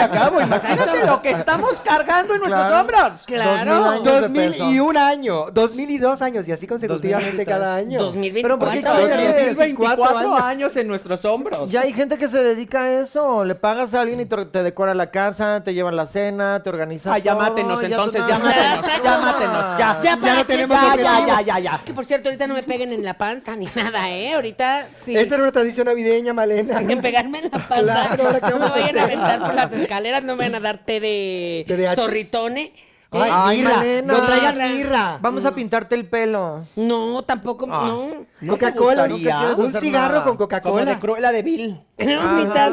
Speaker 2: a cabo. Imagínate lo que estamos cargando en nuestros
Speaker 4: Claro.
Speaker 2: hombros.
Speaker 1: Claro.
Speaker 4: Dos mil años.
Speaker 3: Dos
Speaker 4: de
Speaker 3: mil
Speaker 4: peso.
Speaker 3: y un año, dos mil y dos años, y así consecutivamente cada año.
Speaker 1: 2024.
Speaker 2: Pero ¿por qué
Speaker 3: ¿Cuántos?
Speaker 2: caben
Speaker 3: 2024
Speaker 2: 24 años.
Speaker 3: años
Speaker 2: en nuestros hombros?
Speaker 4: Ya hay gente que se dedica a eso. Le pagas a alguien y te, te decora la casa, te llevan la cena, te organiza.
Speaker 2: Ah, ya
Speaker 4: todo,
Speaker 2: mátenos
Speaker 4: tú
Speaker 2: entonces,
Speaker 4: nada
Speaker 2: ya
Speaker 4: más.
Speaker 2: mátenos, ya mátenos, ya.
Speaker 1: Ya, para
Speaker 3: no
Speaker 1: que-
Speaker 3: tenemos
Speaker 1: ya,
Speaker 3: objetivo.
Speaker 1: ya, ya, ya, ya. Que por cierto, ahorita no me peguen en la panza ni nada, ¿eh? Ahorita sí.
Speaker 3: Esta era una tradición navideña, Malena.
Speaker 1: Que pegarme en la panza.
Speaker 3: Claro, ahora, ¿qué
Speaker 1: no me
Speaker 3: vamos a
Speaker 1: vayan a
Speaker 3: hacer?
Speaker 1: aventar por las escaleras, no me van a dar té de
Speaker 3: TDAH.
Speaker 1: zorritone.
Speaker 3: Ay,
Speaker 1: Eh,
Speaker 4: Ay,
Speaker 3: mirra,
Speaker 4: Malena.
Speaker 3: no traigan mirra.
Speaker 4: Vamos a pintarte el pelo.
Speaker 1: No, tampoco, no.
Speaker 3: Coca-Cola,
Speaker 4: gustaría?
Speaker 3: nunca quieres un
Speaker 4: hacer
Speaker 3: cigarro
Speaker 4: nada.
Speaker 3: con
Speaker 2: Como de
Speaker 3: Coca-Cola.
Speaker 2: Cruella de Vil.
Speaker 1: mitad,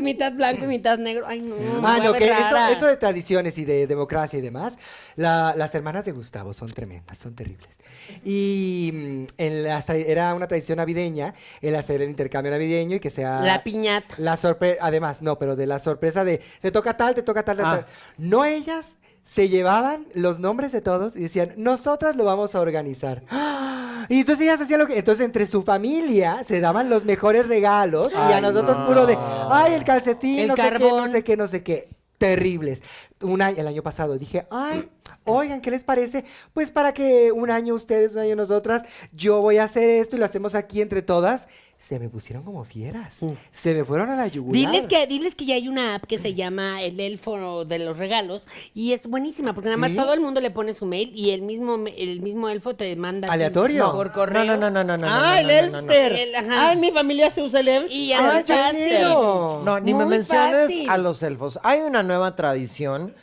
Speaker 1: mitad blanco y mitad negro. Ay, no. me
Speaker 3: Ah,
Speaker 1: voy a
Speaker 3: no,
Speaker 1: ver
Speaker 3: que eso,
Speaker 1: rara.
Speaker 3: eso de tradiciones y de democracia y demás, la- las hermanas de Gustavo son tremendas, son terribles. Y mm, en las tra- era una tradición navideña el hacer el intercambio navideño y que sea...
Speaker 1: La piñata.
Speaker 3: La sorpresa, además, no, pero de la sorpresa de, te toca tal, te toca tal, tal,
Speaker 2: Ah.
Speaker 3: tal. No ellas se llevaban los nombres de todos y decían, nosotras lo vamos a organizar. ¡Ah! Y entonces ellas hacían lo que, entonces entre su familia se daban los mejores regalos y a nosotros puro de, ay, el calcetín,
Speaker 1: El
Speaker 3: no sé qué, no
Speaker 1: carbón.
Speaker 3: sé qué, no sé qué. Terribles. Un año, el año pasado dije, ay, oigan, ¿qué les parece? Pues para que un año ustedes, un año nosotras, yo voy a hacer esto y lo hacemos aquí entre todas. Se me pusieron como fieras. Se me fueron a la yugular.
Speaker 1: Mm. Diles que, diles que ya hay una app que se llama El Elfo de los Regalos y es buenísima porque nada más
Speaker 3: ¿Sí?
Speaker 1: todo el mundo le pone su mail y el mismo, me- el mismo elfo te manda así
Speaker 3: ¿Aleatorio?
Speaker 1: por
Speaker 4: No,
Speaker 1: correo.
Speaker 4: no, no, no, no. no, no,
Speaker 2: ah, el
Speaker 4: no, no, no.
Speaker 2: Elster.
Speaker 1: El- ajá.
Speaker 2: Ah, en mi familia se usa el Elster.
Speaker 1: Y ya
Speaker 3: ¡Ay,
Speaker 1: es
Speaker 3: yo
Speaker 1: fácil.
Speaker 3: quiero!
Speaker 4: No, ni me
Speaker 1: Muy
Speaker 4: menciones
Speaker 1: fácil.
Speaker 4: a los elfos. Hay una nueva tradición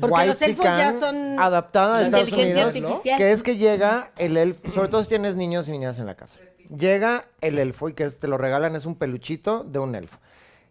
Speaker 1: Porque los elfos ya
Speaker 4: Whitexican,
Speaker 1: son
Speaker 4: adaptada a Estados
Speaker 1: inteligencia
Speaker 4: Unidos,
Speaker 1: artificial.
Speaker 4: que es que llega el elfo, sobre todo si tienes niños y niñas en la casa. Llega el elfo y que es- te lo regalan es un peluchito de un elfo.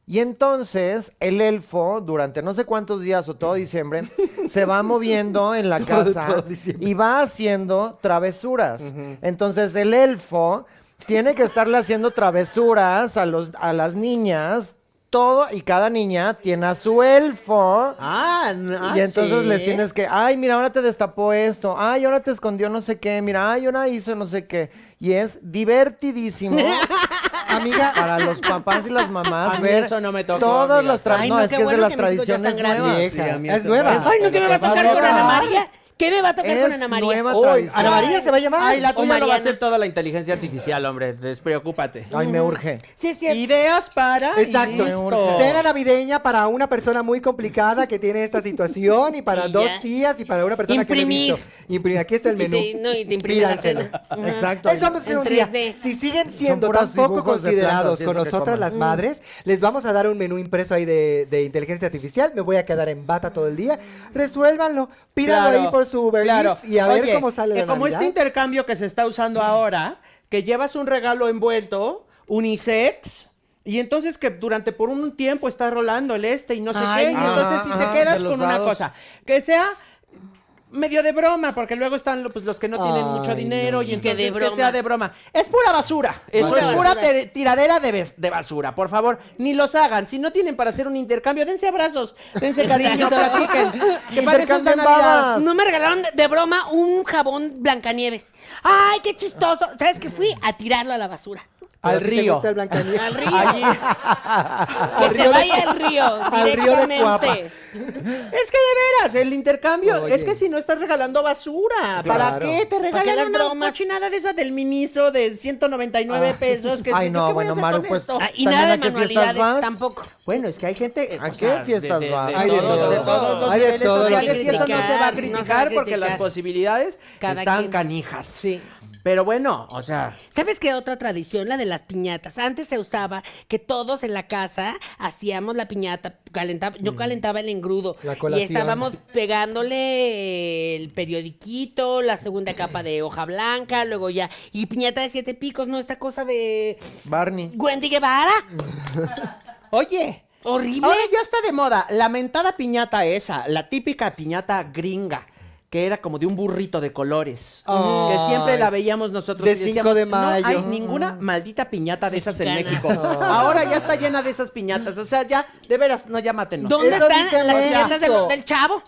Speaker 4: Y entonces el elfo durante no sé cuántos días o todo diciembre se va moviendo en la
Speaker 3: Todo-
Speaker 4: casa
Speaker 3: todo diciembre.
Speaker 4: y va haciendo travesuras. Entonces el elfo tiene que estarle haciendo travesuras a los a las niñas. Todo y cada niña tiene a su elfo.
Speaker 2: Ah, n- ah,
Speaker 4: Y entonces
Speaker 2: sí.
Speaker 4: les tienes que, ay, mira, ahora te destapó esto, ay, ahora te escondió no sé qué, mira, ay, ahora hizo no sé qué. Y es divertidísimo. Amiga, para los papás y las mamás
Speaker 2: A mí
Speaker 4: ver
Speaker 2: eso no me tocó,
Speaker 4: todas
Speaker 2: amiga.
Speaker 4: las tradiciones,
Speaker 1: Ay,
Speaker 4: no,
Speaker 1: no,
Speaker 4: es
Speaker 1: qué
Speaker 4: que es de
Speaker 1: bueno
Speaker 4: las
Speaker 1: que mis hijos ya
Speaker 4: tradiciones
Speaker 1: están grandes.
Speaker 4: nuevas.
Speaker 2: Sí, a mí
Speaker 3: es
Speaker 2: eso
Speaker 3: nueva.
Speaker 2: fue-
Speaker 1: Ay, no, que me va a tocar con Ana María. ¿Qué me va a tocar
Speaker 4: Es
Speaker 1: con Ana María?
Speaker 4: nueva
Speaker 1: Uy,
Speaker 4: tradición.
Speaker 3: Ana María se va a llamar.
Speaker 2: Ay, la
Speaker 1: O
Speaker 2: tuya no va a
Speaker 1: Mariana.
Speaker 2: ser toda la inteligencia artificial, hombre. Despreocúpate.
Speaker 4: Ay, me urge.
Speaker 1: Sí, es cierto.
Speaker 2: Ideas para. y
Speaker 3: Exacto.
Speaker 2: listo.
Speaker 3: Cena navideña para una persona muy complicada que tiene esta situación y para
Speaker 1: Y
Speaker 3: dos
Speaker 1: ya.
Speaker 3: tías y para una persona
Speaker 1: Imprimir.
Speaker 3: que no he visto. Imprimir. Aquí está el
Speaker 1: Y
Speaker 3: menú.
Speaker 1: te, no, y te imprime la
Speaker 3: Pídanselo.
Speaker 1: cena. Ajá.
Speaker 4: Exacto.
Speaker 3: Eso vamos a hacer
Speaker 1: En
Speaker 3: un día.
Speaker 1: 3D.
Speaker 3: Si siguen siendo
Speaker 4: puros
Speaker 3: tan poco
Speaker 4: dibujos de plantas,
Speaker 3: considerados
Speaker 4: sí, es
Speaker 3: con
Speaker 4: lo que
Speaker 3: nosotras
Speaker 4: comen.
Speaker 1: Mm.
Speaker 3: las madres, les vamos a dar un menú impreso ahí de, de inteligencia artificial. Me voy a quedar en bata todo el día. Resuélvanlo. Pídanlo
Speaker 2: Claro,
Speaker 3: ahí por su Uber
Speaker 2: claro.
Speaker 3: Eats y a ver
Speaker 2: Oye,
Speaker 3: cómo sale
Speaker 2: eh,
Speaker 3: la
Speaker 2: Como este
Speaker 3: Navidad.
Speaker 2: intercambio que se está usando ahora, que llevas un regalo envuelto, unisex, y entonces que durante por un tiempo está rolando el este y no sé
Speaker 1: Ay,
Speaker 2: qué, y
Speaker 1: Dios.
Speaker 2: entonces si
Speaker 4: Ajá,
Speaker 2: te
Speaker 4: ajá,
Speaker 2: quedas
Speaker 4: de los
Speaker 2: con una
Speaker 4: dados.
Speaker 2: cosa, que sea medio de broma, porque luego están pues, los que no tienen mucho
Speaker 3: Ay,
Speaker 2: dinero
Speaker 1: Y
Speaker 2: y
Speaker 1: que
Speaker 2: entonces
Speaker 1: de
Speaker 2: que,
Speaker 1: broma.
Speaker 2: sea de broma. Es pura basura, eso
Speaker 1: Basura.
Speaker 2: es pura
Speaker 1: Basura.
Speaker 2: te- tiradera de, bes- de basura, por favor, ni los hagan. Si no tienen para hacer un intercambio, dense abrazos, dense cariño,
Speaker 1: Exacto.
Speaker 2: platiquen. Que para eso es la
Speaker 4: Intercambien
Speaker 2: Navidad.
Speaker 4: babas.
Speaker 1: No me regalaron de broma un jabón Blancanieves. Ay, qué chistoso. ¿Sabes qué? Fui a tirarlo a la basura.
Speaker 3: Pero
Speaker 2: Al
Speaker 3: a ti te
Speaker 2: río.
Speaker 3: gusta el Blancanieves.
Speaker 1: Al río.
Speaker 2: Allí.
Speaker 1: que se vaya al río.
Speaker 3: al río de
Speaker 1: directamente.
Speaker 3: Cuapa.
Speaker 2: Es que de veras, el intercambio,
Speaker 3: Oye.
Speaker 2: es que si no estás regalando basura, ¿para
Speaker 3: Claro.
Speaker 2: qué? Te
Speaker 1: qué
Speaker 2: regalan
Speaker 1: las
Speaker 2: una
Speaker 1: bromas?
Speaker 2: cochinada de esa del miniso de 199 pesos. Que
Speaker 4: Ay,
Speaker 2: digo,
Speaker 4: no,
Speaker 2: ¿qué voy a
Speaker 4: bueno,
Speaker 2: hacer
Speaker 4: Maru,
Speaker 2: con
Speaker 4: pues,
Speaker 2: esto?
Speaker 1: Ah, y
Speaker 4: También
Speaker 1: nada de
Speaker 4: a qué fiestas
Speaker 1: manualidades
Speaker 4: vas.
Speaker 1: tampoco.
Speaker 2: Bueno, es que hay gente. eh,
Speaker 4: ¿A
Speaker 2: o
Speaker 4: qué
Speaker 2: sea,
Speaker 4: fiestas
Speaker 2: de,
Speaker 4: vas?
Speaker 2: De,
Speaker 3: Hay de
Speaker 2: todos,
Speaker 3: todo.
Speaker 2: de todos los
Speaker 3: Hay de
Speaker 2: niveles
Speaker 3: todo.
Speaker 2: sociales
Speaker 1: Hay
Speaker 2: y
Speaker 1: que
Speaker 2: eso no se va a
Speaker 1: criticar, no se va a
Speaker 2: criticar porque
Speaker 1: criticar.
Speaker 2: las posibilidades
Speaker 1: Cada
Speaker 2: están
Speaker 1: quien.
Speaker 2: canijas.
Speaker 1: Sí.
Speaker 2: Pero bueno, o sea.
Speaker 1: ¿Sabes qué otra tradición? La de las piñatas. Antes se usaba que todos en la casa hacíamos la piñata, calentaba, yo calentaba el engrudo
Speaker 3: La
Speaker 1: y
Speaker 3: colación.
Speaker 1: estábamos pegándole el periodiquito, la segunda capa de hoja blanca, luego ya y piñata de siete picos, no esta cosa de
Speaker 4: Barney.
Speaker 1: Wendy Guevara,
Speaker 2: Oye.
Speaker 1: horrible.
Speaker 2: Ahora ya está de moda. Lamentada piñata esa, la típica piñata gringa, que era como de un burrito de colores.
Speaker 4: Oh,
Speaker 3: Ay.
Speaker 2: Que siempre la veíamos nosotros.
Speaker 3: De
Speaker 2: y decíamos,
Speaker 3: cinco de mayo".
Speaker 2: No hay ninguna maldita piñata de esas en
Speaker 1: Mexicanas.
Speaker 2: México. Ahora ya está llena de esas piñatas. O sea, ya, de veras, no, ya mátenos.
Speaker 1: ¿Dónde
Speaker 3: Eso dice
Speaker 1: están las
Speaker 3: México.
Speaker 1: piñatas del, del chavo?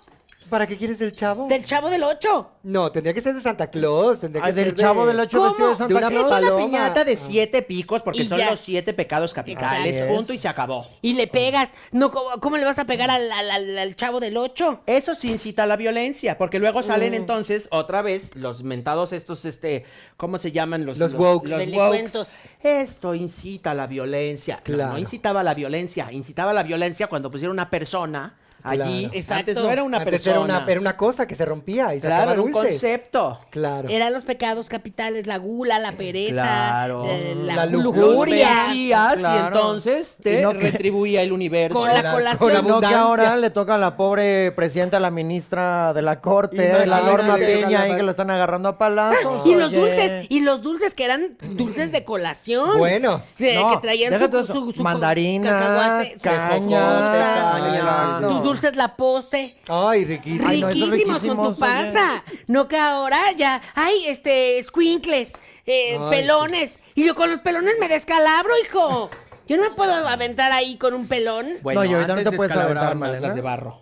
Speaker 3: ¿Para qué quieres el chavo?
Speaker 1: Del chavo del ocho.
Speaker 3: No, tendría que ser de Santa Claus. Tendría que
Speaker 4: Ay,
Speaker 3: ser
Speaker 4: Ah, del chavo del ocho
Speaker 1: ¿Cómo?
Speaker 4: vestido de
Speaker 3: De
Speaker 4: Santa
Speaker 3: una
Speaker 2: Es
Speaker 4: Claus.
Speaker 3: pala-
Speaker 2: una
Speaker 3: Paloma.
Speaker 2: piñata de siete picos porque
Speaker 1: Y
Speaker 2: son
Speaker 1: ya.
Speaker 2: los siete pecados capitales.
Speaker 4: Exacto.
Speaker 2: Punto y se acabó.
Speaker 1: Y le pegas. No, ¿cómo, cómo le vas a pegar al, al- al- al chavo del ocho?
Speaker 2: Eso sí incita a la violencia, porque luego salen
Speaker 3: Mm.
Speaker 2: entonces otra vez los mentados estos, este, ¿cómo se llaman? Los,
Speaker 3: Los wokes.
Speaker 2: los
Speaker 1: Delincuentos.
Speaker 2: wokes. Esto incita a la violencia. No, No,
Speaker 3: Claro.
Speaker 2: incitaba a la violencia, incitaba a la violencia cuando pusieron una persona allí.
Speaker 3: Claro.
Speaker 1: Exacto.
Speaker 2: Antes no era una
Speaker 3: Antes
Speaker 2: persona.
Speaker 3: era una, era una cosa que se rompía y
Speaker 2: Claro,
Speaker 3: sacaba
Speaker 2: era un
Speaker 3: dulces.
Speaker 2: concepto.
Speaker 3: Claro.
Speaker 1: Eran los pecados capitales, la gula,
Speaker 4: Eh,
Speaker 1: la pereza,
Speaker 2: Claro.
Speaker 1: eh, la,
Speaker 3: La
Speaker 1: lujuria.
Speaker 3: lujuria.
Speaker 2: Los vencías
Speaker 4: Claro.
Speaker 2: y entonces te
Speaker 4: Y no que-
Speaker 2: retribuía el universo.
Speaker 1: Con la
Speaker 3: Era-
Speaker 1: colación.
Speaker 3: con
Speaker 4: Y no que
Speaker 3: abundancia.
Speaker 4: ahora le toca a la pobre presidenta, a la ministra de la corte, de la
Speaker 3: Imagínate,
Speaker 4: Norma
Speaker 3: le toca
Speaker 4: Peña,
Speaker 3: la-
Speaker 4: ahí que la están agarrando a palazos.
Speaker 1: Y los
Speaker 4: oye.
Speaker 1: dulces, y los dulces que eran dulces de colación.
Speaker 3: Buenos.
Speaker 1: Que,
Speaker 4: No,
Speaker 1: que traían
Speaker 4: deja
Speaker 1: su,
Speaker 4: todo
Speaker 1: su,
Speaker 4: eso.
Speaker 1: su co-
Speaker 4: Mandarina,
Speaker 1: cacahuate, su
Speaker 4: caña,
Speaker 1: cocota,
Speaker 3: caña,
Speaker 1: Tus
Speaker 4: exacto.
Speaker 1: dulces la pose.
Speaker 3: Ay, riquísimo.
Speaker 4: Ay, no, esos
Speaker 1: riquísimos con
Speaker 4: riquísimos,
Speaker 1: tu panza. No que ahora ya, ay, este, squinkles, eh,
Speaker 3: Ay,
Speaker 1: pelones. Y yo con los pelones me descalabro, hijo. Yo no me puedo aventar ahí con un pelón.
Speaker 4: No, y ahorita no
Speaker 2: antes
Speaker 4: te puedes
Speaker 2: descalabraban
Speaker 4: aventar,
Speaker 2: más
Speaker 4: Malena.
Speaker 2: las de barro.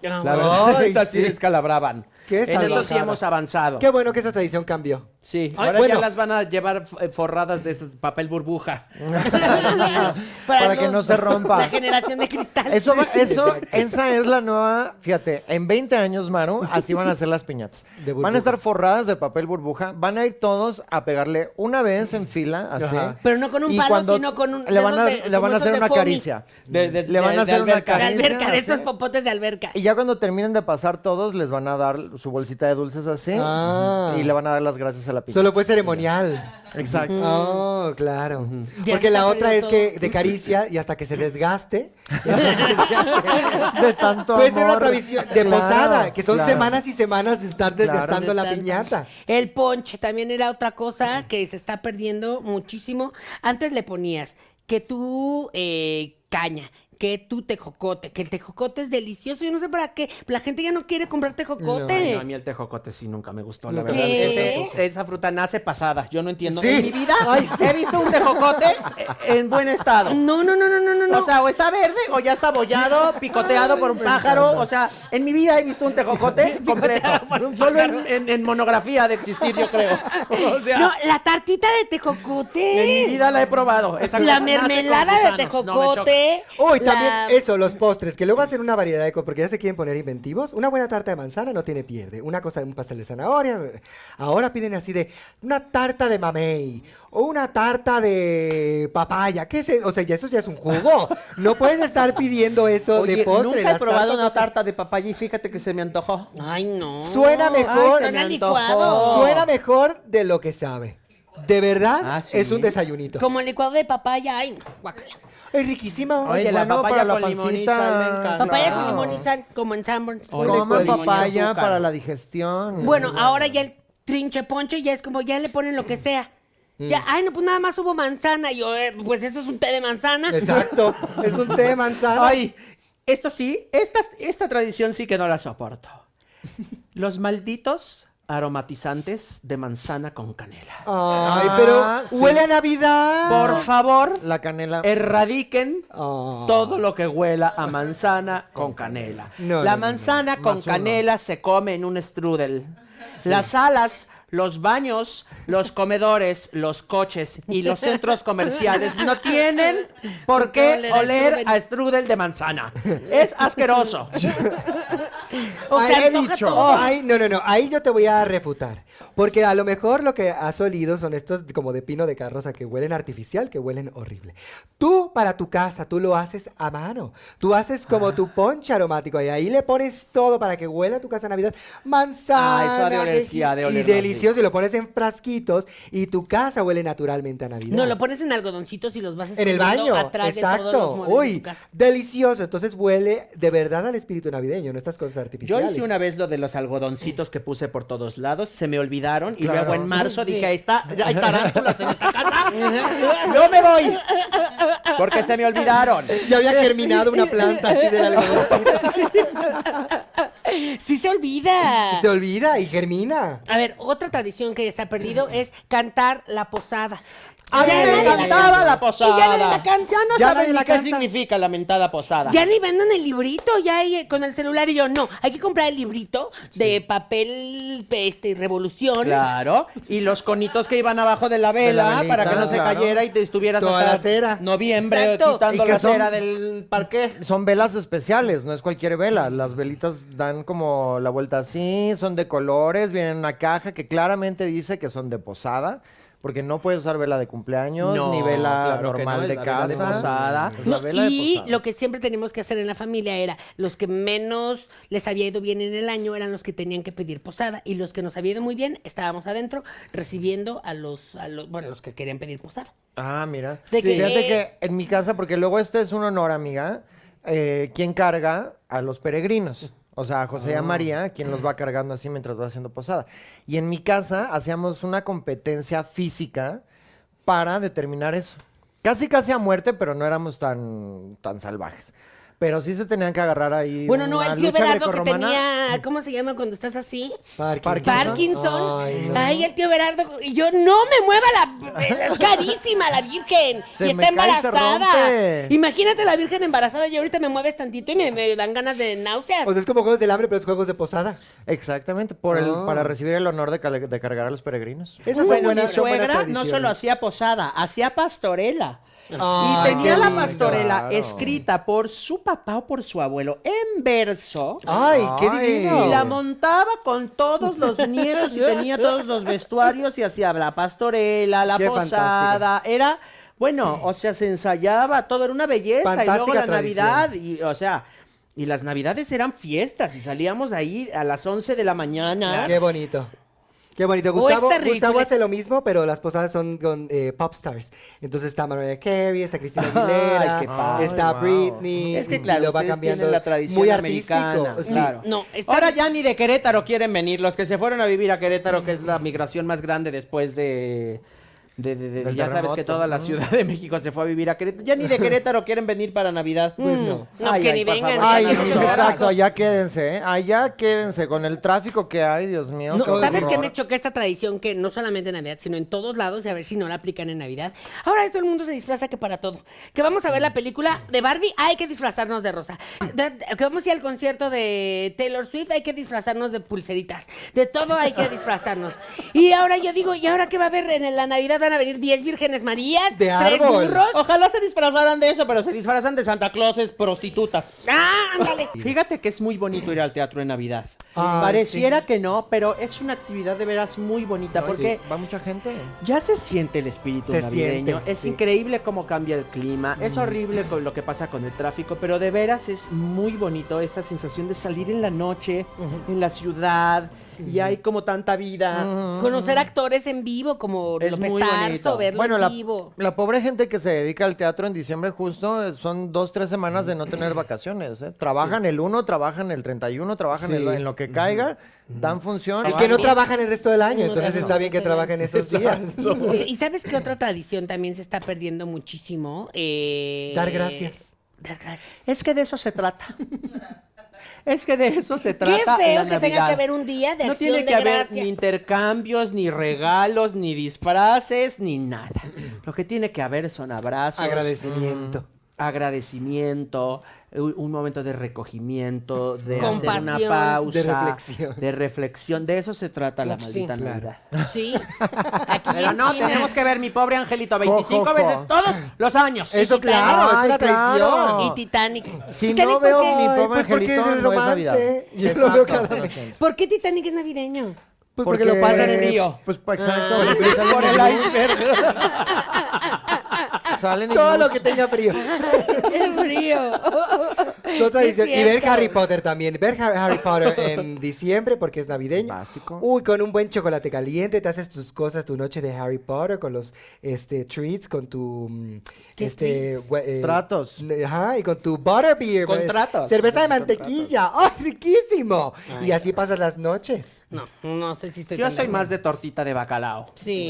Speaker 1: No,
Speaker 2: La
Speaker 3: bueno.
Speaker 2: verdad,
Speaker 3: Ay,
Speaker 2: esas sí
Speaker 3: sí.
Speaker 2: descalabraban.
Speaker 3: Qué
Speaker 2: en eso sí
Speaker 3: salvajada.
Speaker 2: hemos avanzado.
Speaker 3: Qué bueno que esa tradición cambió.
Speaker 2: Sí,
Speaker 3: Ay,
Speaker 2: ahora
Speaker 3: bueno.
Speaker 2: ya las van a llevar eh, forradas de esas papel burbuja.
Speaker 1: para,
Speaker 4: Para que
Speaker 1: los-
Speaker 4: no se rompa.
Speaker 1: La generación de cristal.
Speaker 4: Eso, va- eso, esa es la nueva, fíjate, en 20 años, Maru, así van a ser las piñatas.
Speaker 3: De burbuja.
Speaker 4: Van a estar forradas de papel burbuja, van a ir todos a pegarle una vez en fila, así.
Speaker 3: Ajá.
Speaker 1: Pero no con un palo,
Speaker 4: cuando
Speaker 1: sino con un- de
Speaker 4: Le van a,
Speaker 1: esos de-
Speaker 4: le van
Speaker 1: como
Speaker 4: a hacer
Speaker 1: esos de
Speaker 4: una
Speaker 1: foamy.
Speaker 4: caricia.
Speaker 2: De- de-
Speaker 4: le van
Speaker 2: de-
Speaker 4: a hacer
Speaker 2: de
Speaker 4: una
Speaker 2: alberca.
Speaker 1: de
Speaker 4: caricia.
Speaker 1: alberca, de
Speaker 4: así.
Speaker 1: esos popotes de alberca.
Speaker 4: Y ya cuando terminen de pasar todos, les van a dar su bolsita de dulces así.
Speaker 3: Ah.
Speaker 4: Y le van a dar las gracias a la piña.
Speaker 3: Solo fue ceremonial.
Speaker 4: Exacto.
Speaker 3: Oh, claro.
Speaker 1: Ya
Speaker 3: Porque
Speaker 1: está
Speaker 3: la otra es
Speaker 1: saliendo
Speaker 3: que
Speaker 1: todo.
Speaker 3: de caricia y hasta que se desgaste.
Speaker 4: De tanto
Speaker 3: Mm. Puede ser una
Speaker 4: amor.
Speaker 3: tradición de
Speaker 4: Claro,
Speaker 3: posada, que son
Speaker 4: claro.
Speaker 3: semanas y semanas de estar desgastando la piñata.
Speaker 1: El ponche también era otra cosa que se está perdiendo muchísimo. Antes le ponías que tú eh, caña, que tú tejocote, que el tejocote es delicioso. Yo no sé para qué. La gente ya no quiere comprar
Speaker 2: Ay,
Speaker 1: tejocote.
Speaker 2: no, a mí el tejocote sí nunca me gustó, la
Speaker 3: Nunca
Speaker 2: verdad.
Speaker 1: me
Speaker 2: Ese-
Speaker 1: gustó.
Speaker 2: esa fruta nace pasada, yo no entiendo.
Speaker 3: Sí.
Speaker 2: En mi vida he visto un tejocote eh, en buen estado.
Speaker 1: no, no, no, no, no, no, no.
Speaker 2: O sea, o está verde o ya está bollado, picoteado por un pájaro. O sea, en mi vida he visto un tejocote completo. Solo en, en- en monografía de existir, yo creo. O sea,
Speaker 1: No, la tartita de
Speaker 2: en mi
Speaker 1: tejocote.
Speaker 2: vida la he probado. Esa cosa
Speaker 1: La
Speaker 2: nace con
Speaker 1: mermelada de
Speaker 2: gusanos, no me choca.
Speaker 1: tejocote.
Speaker 3: Uy,
Speaker 1: la-
Speaker 3: Oh, también eso, los postres, que luego hacen una variedad de cosas, porque ya se quieren poner inventivos. Una buena tarta de manzana no tiene pierde. Una cosa de un pastel de zanahoria. Ahora piden así de una tarta de mamey o una tarta de papaya. ¿Qué es eso? O sea, ya eso ya es un jugo. No puedes estar pidiendo eso
Speaker 2: Oye,
Speaker 3: de postre.
Speaker 2: nunca he
Speaker 3: Las
Speaker 2: probado
Speaker 3: tartas
Speaker 2: una
Speaker 3: son-
Speaker 2: tarta de papaya y fíjate que se me antojó.
Speaker 1: Ay, no.
Speaker 3: Suena mejor.
Speaker 1: Ay, suena
Speaker 2: Se me
Speaker 1: licuado.
Speaker 2: antojó.
Speaker 3: Suena mejor de lo que sabe. De verdad,
Speaker 2: Ah, ¿sí?
Speaker 3: es un desayunito.
Speaker 1: Como el licuado de papaya. Ay, no. guácala.
Speaker 3: Es riquísima.
Speaker 4: Ay,
Speaker 2: Oye, la
Speaker 4: bueno,
Speaker 2: papaya
Speaker 4: para la
Speaker 2: con limón y
Speaker 4: pancita.
Speaker 2: sal me
Speaker 3: Ah,
Speaker 2: encanta.
Speaker 1: Papaya con
Speaker 4: Claro.
Speaker 1: limón y sal, como en Sanborns.
Speaker 3: Oh,
Speaker 2: Oye,
Speaker 4: Coma
Speaker 2: con limón y
Speaker 4: papaya
Speaker 2: azúcar.
Speaker 4: para la digestión.
Speaker 1: Bueno, ahora ya el trinche ponche ya es como ya le ponen lo
Speaker 3: Mm.
Speaker 1: que sea. Ya, ay, no, pues nada más hubo manzana. Y yo, eh, pues eso es un té de manzana.
Speaker 3: Exacto. Es un té de manzana.
Speaker 2: Ay, esto sí, esta, esta tradición sí que no la soporto. Los malditos aromatizantes de manzana con canela.
Speaker 3: Ay,
Speaker 4: Ah,
Speaker 3: pero
Speaker 4: sí.
Speaker 3: huele a Navidad.
Speaker 2: Por favor,
Speaker 4: La canela. er,
Speaker 2: erradiquen
Speaker 3: Ah.
Speaker 2: todo lo que huela a manzana con canela.
Speaker 3: No, no,
Speaker 2: la
Speaker 3: no,
Speaker 2: manzana con canela se come en un strudel. Las alas, los baños, los comedores, los coches y los centros comerciales no tienen por qué
Speaker 1: Oler a
Speaker 2: oler
Speaker 1: strudel.
Speaker 2: a strudel de manzana. Es asqueroso.
Speaker 1: O
Speaker 3: Ay,
Speaker 1: sea,
Speaker 3: he
Speaker 1: antoja
Speaker 3: dicho.
Speaker 1: todo.
Speaker 3: Ay, no, no, no. Ahí yo te voy a refutar. Porque a lo mejor lo que has olido son estos como de pino de carroza que huelen artificial, que huelen horrible. Tú, para tu casa, tú lo haces a mano. Tú haces como
Speaker 2: Ah.
Speaker 3: tu ponche aromático y ahí le pones todo para que huela tu casa a Navidad. Manzana.
Speaker 2: Ah, eso ha de oler, sí, ha de
Speaker 3: y
Speaker 2: oler más
Speaker 3: delicioso. Y lo pones en frasquitos y tu casa huele naturalmente a Navidad.
Speaker 1: No, lo pones en algodoncitos y los vas
Speaker 3: En el
Speaker 1: escondiendo
Speaker 3: baño,
Speaker 1: atrás de todos
Speaker 3: exacto.
Speaker 1: los muebles de
Speaker 3: Uy,
Speaker 1: tu casa.
Speaker 3: delicioso. Entonces huele de verdad al espíritu navideño, no estas cosas
Speaker 2: Yo
Speaker 3: artificiales.
Speaker 2: hice una vez lo de los algodoncitos que puse por todos lados, se me olvidaron y
Speaker 4: Claro.
Speaker 2: luego en marzo
Speaker 1: Sí.
Speaker 2: dije, ahí está, hay tarántulas en esta casa, no me voy, porque se me olvidaron.
Speaker 3: Ya había germinado una planta así del algodoncito.
Speaker 1: Sí se olvida.
Speaker 3: Se olvida y germina.
Speaker 1: A ver, otra tradición que se ha perdido es cantar la posada.
Speaker 2: A mí
Speaker 1: Ya
Speaker 2: me
Speaker 1: nadie la
Speaker 2: encantaba la posada.
Speaker 1: Y ya nadie la canta.
Speaker 2: Ya no
Speaker 3: Ya
Speaker 2: saben
Speaker 3: nadie
Speaker 2: ni
Speaker 3: la
Speaker 2: qué
Speaker 3: canta.
Speaker 2: significa la mentada posada.
Speaker 1: Ya ni vendan el librito, ya hay, eh, con el celular y yo, no, hay que comprar el librito de papel este, revolución.
Speaker 2: Claro, y los conitos que iban abajo de la vela
Speaker 4: De la velita,
Speaker 2: para que no se
Speaker 4: claro.
Speaker 2: cayera y te estuvieras
Speaker 3: Toda
Speaker 2: hasta
Speaker 3: la cera.
Speaker 2: noviembre
Speaker 1: Exacto.
Speaker 2: quitando
Speaker 4: Y que
Speaker 2: la
Speaker 4: son-
Speaker 2: cera del parqué.
Speaker 4: Son velas especiales, no es cualquier vela. Las velitas dan como la vuelta así, son de colores, vienen en una caja que claramente dice que son de posada, porque no puedes usar vela de cumpleaños
Speaker 2: No,
Speaker 4: ni vela
Speaker 2: claro que
Speaker 4: normal
Speaker 2: no, es
Speaker 4: de
Speaker 2: la
Speaker 4: casa.
Speaker 2: vela de posada.
Speaker 4: Es la
Speaker 1: No,
Speaker 4: vela de
Speaker 1: y
Speaker 4: posada.
Speaker 1: lo que siempre teníamos que hacer en la familia era los que menos les había ido bien en el año eran los que tenían que pedir posada y los que nos había ido muy bien estábamos adentro recibiendo a los, a los bueno los que querían pedir posada.
Speaker 4: Ah, mira.
Speaker 1: De
Speaker 4: Sí,
Speaker 1: que-
Speaker 4: Fíjate que en mi casa, porque luego este es un honor, amiga, eh, quien carga a los peregrinos. O sea, a José y a María, quien los va cargando así mientras va haciendo posada. Y en mi casa hacíamos una competencia física para determinar eso. Casi, casi a muerte, pero no éramos tan, tan salvajes. Pero sí se tenían que agarrar ahí.
Speaker 1: bueno, no,
Speaker 4: una
Speaker 1: el tío
Speaker 4: lucha
Speaker 1: Berardo que
Speaker 4: grecorromana.
Speaker 1: tenía, ¿cómo se llama cuando estás así?
Speaker 3: Parkinson.
Speaker 1: Parkinson. Ay,
Speaker 3: Ay, no.
Speaker 1: el tío Berardo. Y yo, no me mueva la. Es carísima la Virgen.
Speaker 4: Se
Speaker 1: y
Speaker 4: me
Speaker 1: está
Speaker 4: cae y se
Speaker 1: embarazada.
Speaker 4: rompe.
Speaker 1: Imagínate la Virgen embarazada y ahorita me mueves tantito y me, me dan ganas de náuseas.
Speaker 3: O sea, es como juegos del hambre, pero es juegos de posada.
Speaker 4: Exactamente, por el,
Speaker 3: Ah.
Speaker 4: para recibir el honor de, cal- de cargar a los peregrinos.
Speaker 3: Esas son
Speaker 2: Bueno, mi
Speaker 3: buenas, son buenas
Speaker 2: suegra no
Speaker 3: tradiciones.
Speaker 2: solo hacía posada, hacía pastorela.
Speaker 3: Ay,
Speaker 2: y tenía
Speaker 3: qué
Speaker 2: la
Speaker 3: lindo.
Speaker 2: pastorela
Speaker 4: Claro.
Speaker 2: escrita por su papá o por su abuelo en verso.
Speaker 3: Ay, qué
Speaker 4: Ay.
Speaker 3: divino.
Speaker 2: Y la montaba con todos los nietos y tenía todos los vestuarios y hacía la pastorela, la
Speaker 3: Qué
Speaker 2: posada. Era, bueno, o sea, se ensayaba todo, era una belleza. y luego
Speaker 3: Fantástica
Speaker 2: la
Speaker 3: tradición.
Speaker 2: Navidad, y, o sea. Y las navidades eran fiestas y salíamos ahí a las 11 de la mañana.
Speaker 3: Qué bonito. Qué bonito. Gustavo,
Speaker 1: es terrible.
Speaker 3: Gustavo hace lo mismo, pero las posadas son con eh, pop stars. Entonces está Mariah Carey, está Cristina Aguilera,
Speaker 2: Ay, qué padre.
Speaker 3: está
Speaker 4: Wow.
Speaker 3: Britney.
Speaker 2: Es que
Speaker 3: y
Speaker 2: claro,
Speaker 3: lo va
Speaker 2: ustedes
Speaker 3: cambiando.
Speaker 2: tienen la tradición
Speaker 3: muy artístico.
Speaker 2: americana.
Speaker 3: sí.
Speaker 2: Claro.
Speaker 1: No, está-
Speaker 2: Ahora ya ni de Querétaro quieren venir. Los que se fueron a vivir a Querétaro, que es la migración más grande después de... de- de- de-
Speaker 4: Del
Speaker 2: ya sabes que
Speaker 4: terremoto,
Speaker 2: toda la
Speaker 4: ¿no?
Speaker 2: Ciudad de México se fue a vivir a Querétaro. Ya ni de Querétaro quieren venir para Navidad.
Speaker 3: Pues no.
Speaker 1: No, que ni
Speaker 2: por
Speaker 1: vengan.
Speaker 2: favor,
Speaker 4: Ay,
Speaker 2: ya no nos
Speaker 4: exacto,
Speaker 2: hagas.
Speaker 4: allá quédense, ¿eh? allá quédense con el tráfico que hay, Dios mío.
Speaker 1: No,
Speaker 4: qué
Speaker 1: ¿Sabes
Speaker 4: horror.
Speaker 1: qué me choca esta tradición que no solamente en Navidad, sino en todos lados y a ver si no la aplican en Navidad? Ahora todo el mundo se disfraza que para todo. Que vamos a ver la película de Barbie, hay que disfrazarnos de rosa. De- de- que vamos a ir al concierto de Taylor Swift, hay que disfrazarnos de pulseritas. De todo hay que disfrazarnos. Y ahora yo digo, ¿y ahora qué va a haber en la Navidad? Van a venir 10 vírgenes marías,
Speaker 3: De
Speaker 1: tres
Speaker 3: árbol.
Speaker 1: burros.
Speaker 2: Ojalá se disfrazaran de eso, pero se disfrazan de Santa Clauses prostitutas.
Speaker 1: ¡Ah, ándale!
Speaker 2: Fíjate que es muy bonito ir al teatro en Navidad.
Speaker 3: Ay,
Speaker 2: Pareciera que no, pero es una actividad de veras muy bonita porque
Speaker 4: va mucha gente.
Speaker 2: ya se siente el espíritu
Speaker 3: Se
Speaker 2: navideño.
Speaker 3: siente,
Speaker 2: es
Speaker 3: sí.
Speaker 2: increíble cómo cambia el clima. Es horrible con lo que pasa con el tráfico, pero de veras es muy bonito esta sensación de salir en la noche en la ciudad y hay como tanta vida.
Speaker 1: Conocer actores en vivo como
Speaker 2: Es
Speaker 1: López
Speaker 2: muy bonito.
Speaker 1: Tarso, verlo
Speaker 4: Bueno,
Speaker 1: en
Speaker 4: la,
Speaker 1: vivo.
Speaker 4: la pobre gente que se dedica al teatro en diciembre justo eh, son dos, tres semanas de no tener vacaciones. ¿eh? Trabajan el 1, trabajan el 31, trabajan
Speaker 3: Sí.
Speaker 4: el- en lo que caiga, dan función.
Speaker 3: Y que no
Speaker 1: También.
Speaker 3: trabajan el resto del año,
Speaker 1: No,
Speaker 3: entonces
Speaker 1: no,
Speaker 3: está bien que
Speaker 1: no, no.
Speaker 3: trabajen esos días.
Speaker 1: Sí, ¿Y sabes qué otra tradición también se está perdiendo muchísimo? Eh,
Speaker 3: Dar gracias.
Speaker 1: Dar gracias.
Speaker 2: Es que de eso se trata. es que de eso se
Speaker 1: Qué
Speaker 2: trata.
Speaker 1: feo
Speaker 2: la
Speaker 1: que tenga que
Speaker 2: Navidad.
Speaker 1: haber un día de
Speaker 2: No
Speaker 1: acción
Speaker 2: tiene que
Speaker 1: de
Speaker 2: haber
Speaker 1: gracias.
Speaker 2: ni intercambios, ni regalos, ni disfraces, ni nada. Lo que tiene que haber son abrazos,
Speaker 3: Agradecimiento.
Speaker 2: Mm. agradecimiento, eh, u- un momento de recogimiento, de hacer
Speaker 1: Compasión.
Speaker 2: una pausa,
Speaker 3: De reflexión.
Speaker 2: de reflexión. De eso se trata la
Speaker 1: Uf, sí.
Speaker 2: maldita
Speaker 1: Claro.
Speaker 2: Navidad.
Speaker 1: Sí. Aquí
Speaker 2: Pero
Speaker 1: en
Speaker 2: no,
Speaker 1: China.
Speaker 2: tenemos que ver mi pobre angelito 25
Speaker 4: 25
Speaker 2: veces
Speaker 4: veces
Speaker 2: todos los años.
Speaker 3: Eso claro, es
Speaker 4: Ay,
Speaker 3: una
Speaker 4: claro.
Speaker 3: traición.
Speaker 1: Y Titanic.
Speaker 4: Si
Speaker 1: Titanic,
Speaker 4: no
Speaker 1: ¿por
Speaker 4: veo
Speaker 1: qué?
Speaker 4: mi
Speaker 3: Ay,
Speaker 4: pobre
Speaker 3: pues porque es
Speaker 4: angelito,
Speaker 3: el
Speaker 4: no es
Speaker 3: romance. ¿eh?
Speaker 4: Navidad.
Speaker 3: Yo lo veo cada
Speaker 4: lo
Speaker 3: mes.
Speaker 4: siento.
Speaker 1: ¿Por qué Titanic es navideño?
Speaker 3: Pues porque, lo pasan en Ah.
Speaker 2: río.
Speaker 4: Pues pa- exacto. porque salen
Speaker 2: Por
Speaker 4: en
Speaker 2: el
Speaker 4: luz,
Speaker 2: iceberg.
Speaker 4: Salen en
Speaker 3: todo
Speaker 4: luz.
Speaker 3: lo que tenga frío.
Speaker 1: Es frío.
Speaker 3: Son tradición.
Speaker 1: Es
Speaker 3: Y ver
Speaker 1: cierto.
Speaker 3: Harry Potter también. Ver Har- Harry Potter en diciembre porque es navideño.
Speaker 4: Básico.
Speaker 3: Uy, con un buen chocolate caliente te haces tus cosas, tu noche de Harry Potter con los este treats, con tu mm,
Speaker 1: ¿Qué
Speaker 3: este
Speaker 1: treats?
Speaker 3: gua- eh,
Speaker 4: Tratos.
Speaker 3: Ajá, y con tu butterbeer.
Speaker 2: Con
Speaker 3: eh,
Speaker 2: tratos.
Speaker 3: Cerveza de
Speaker 2: Con
Speaker 3: mantequilla. ¡Ay, riquísimo! y así pasas las noches.
Speaker 1: No, no sé si estoy
Speaker 2: Yo
Speaker 1: tan
Speaker 2: soy
Speaker 1: de
Speaker 2: más de tortita de bacalao.
Speaker 1: Sí.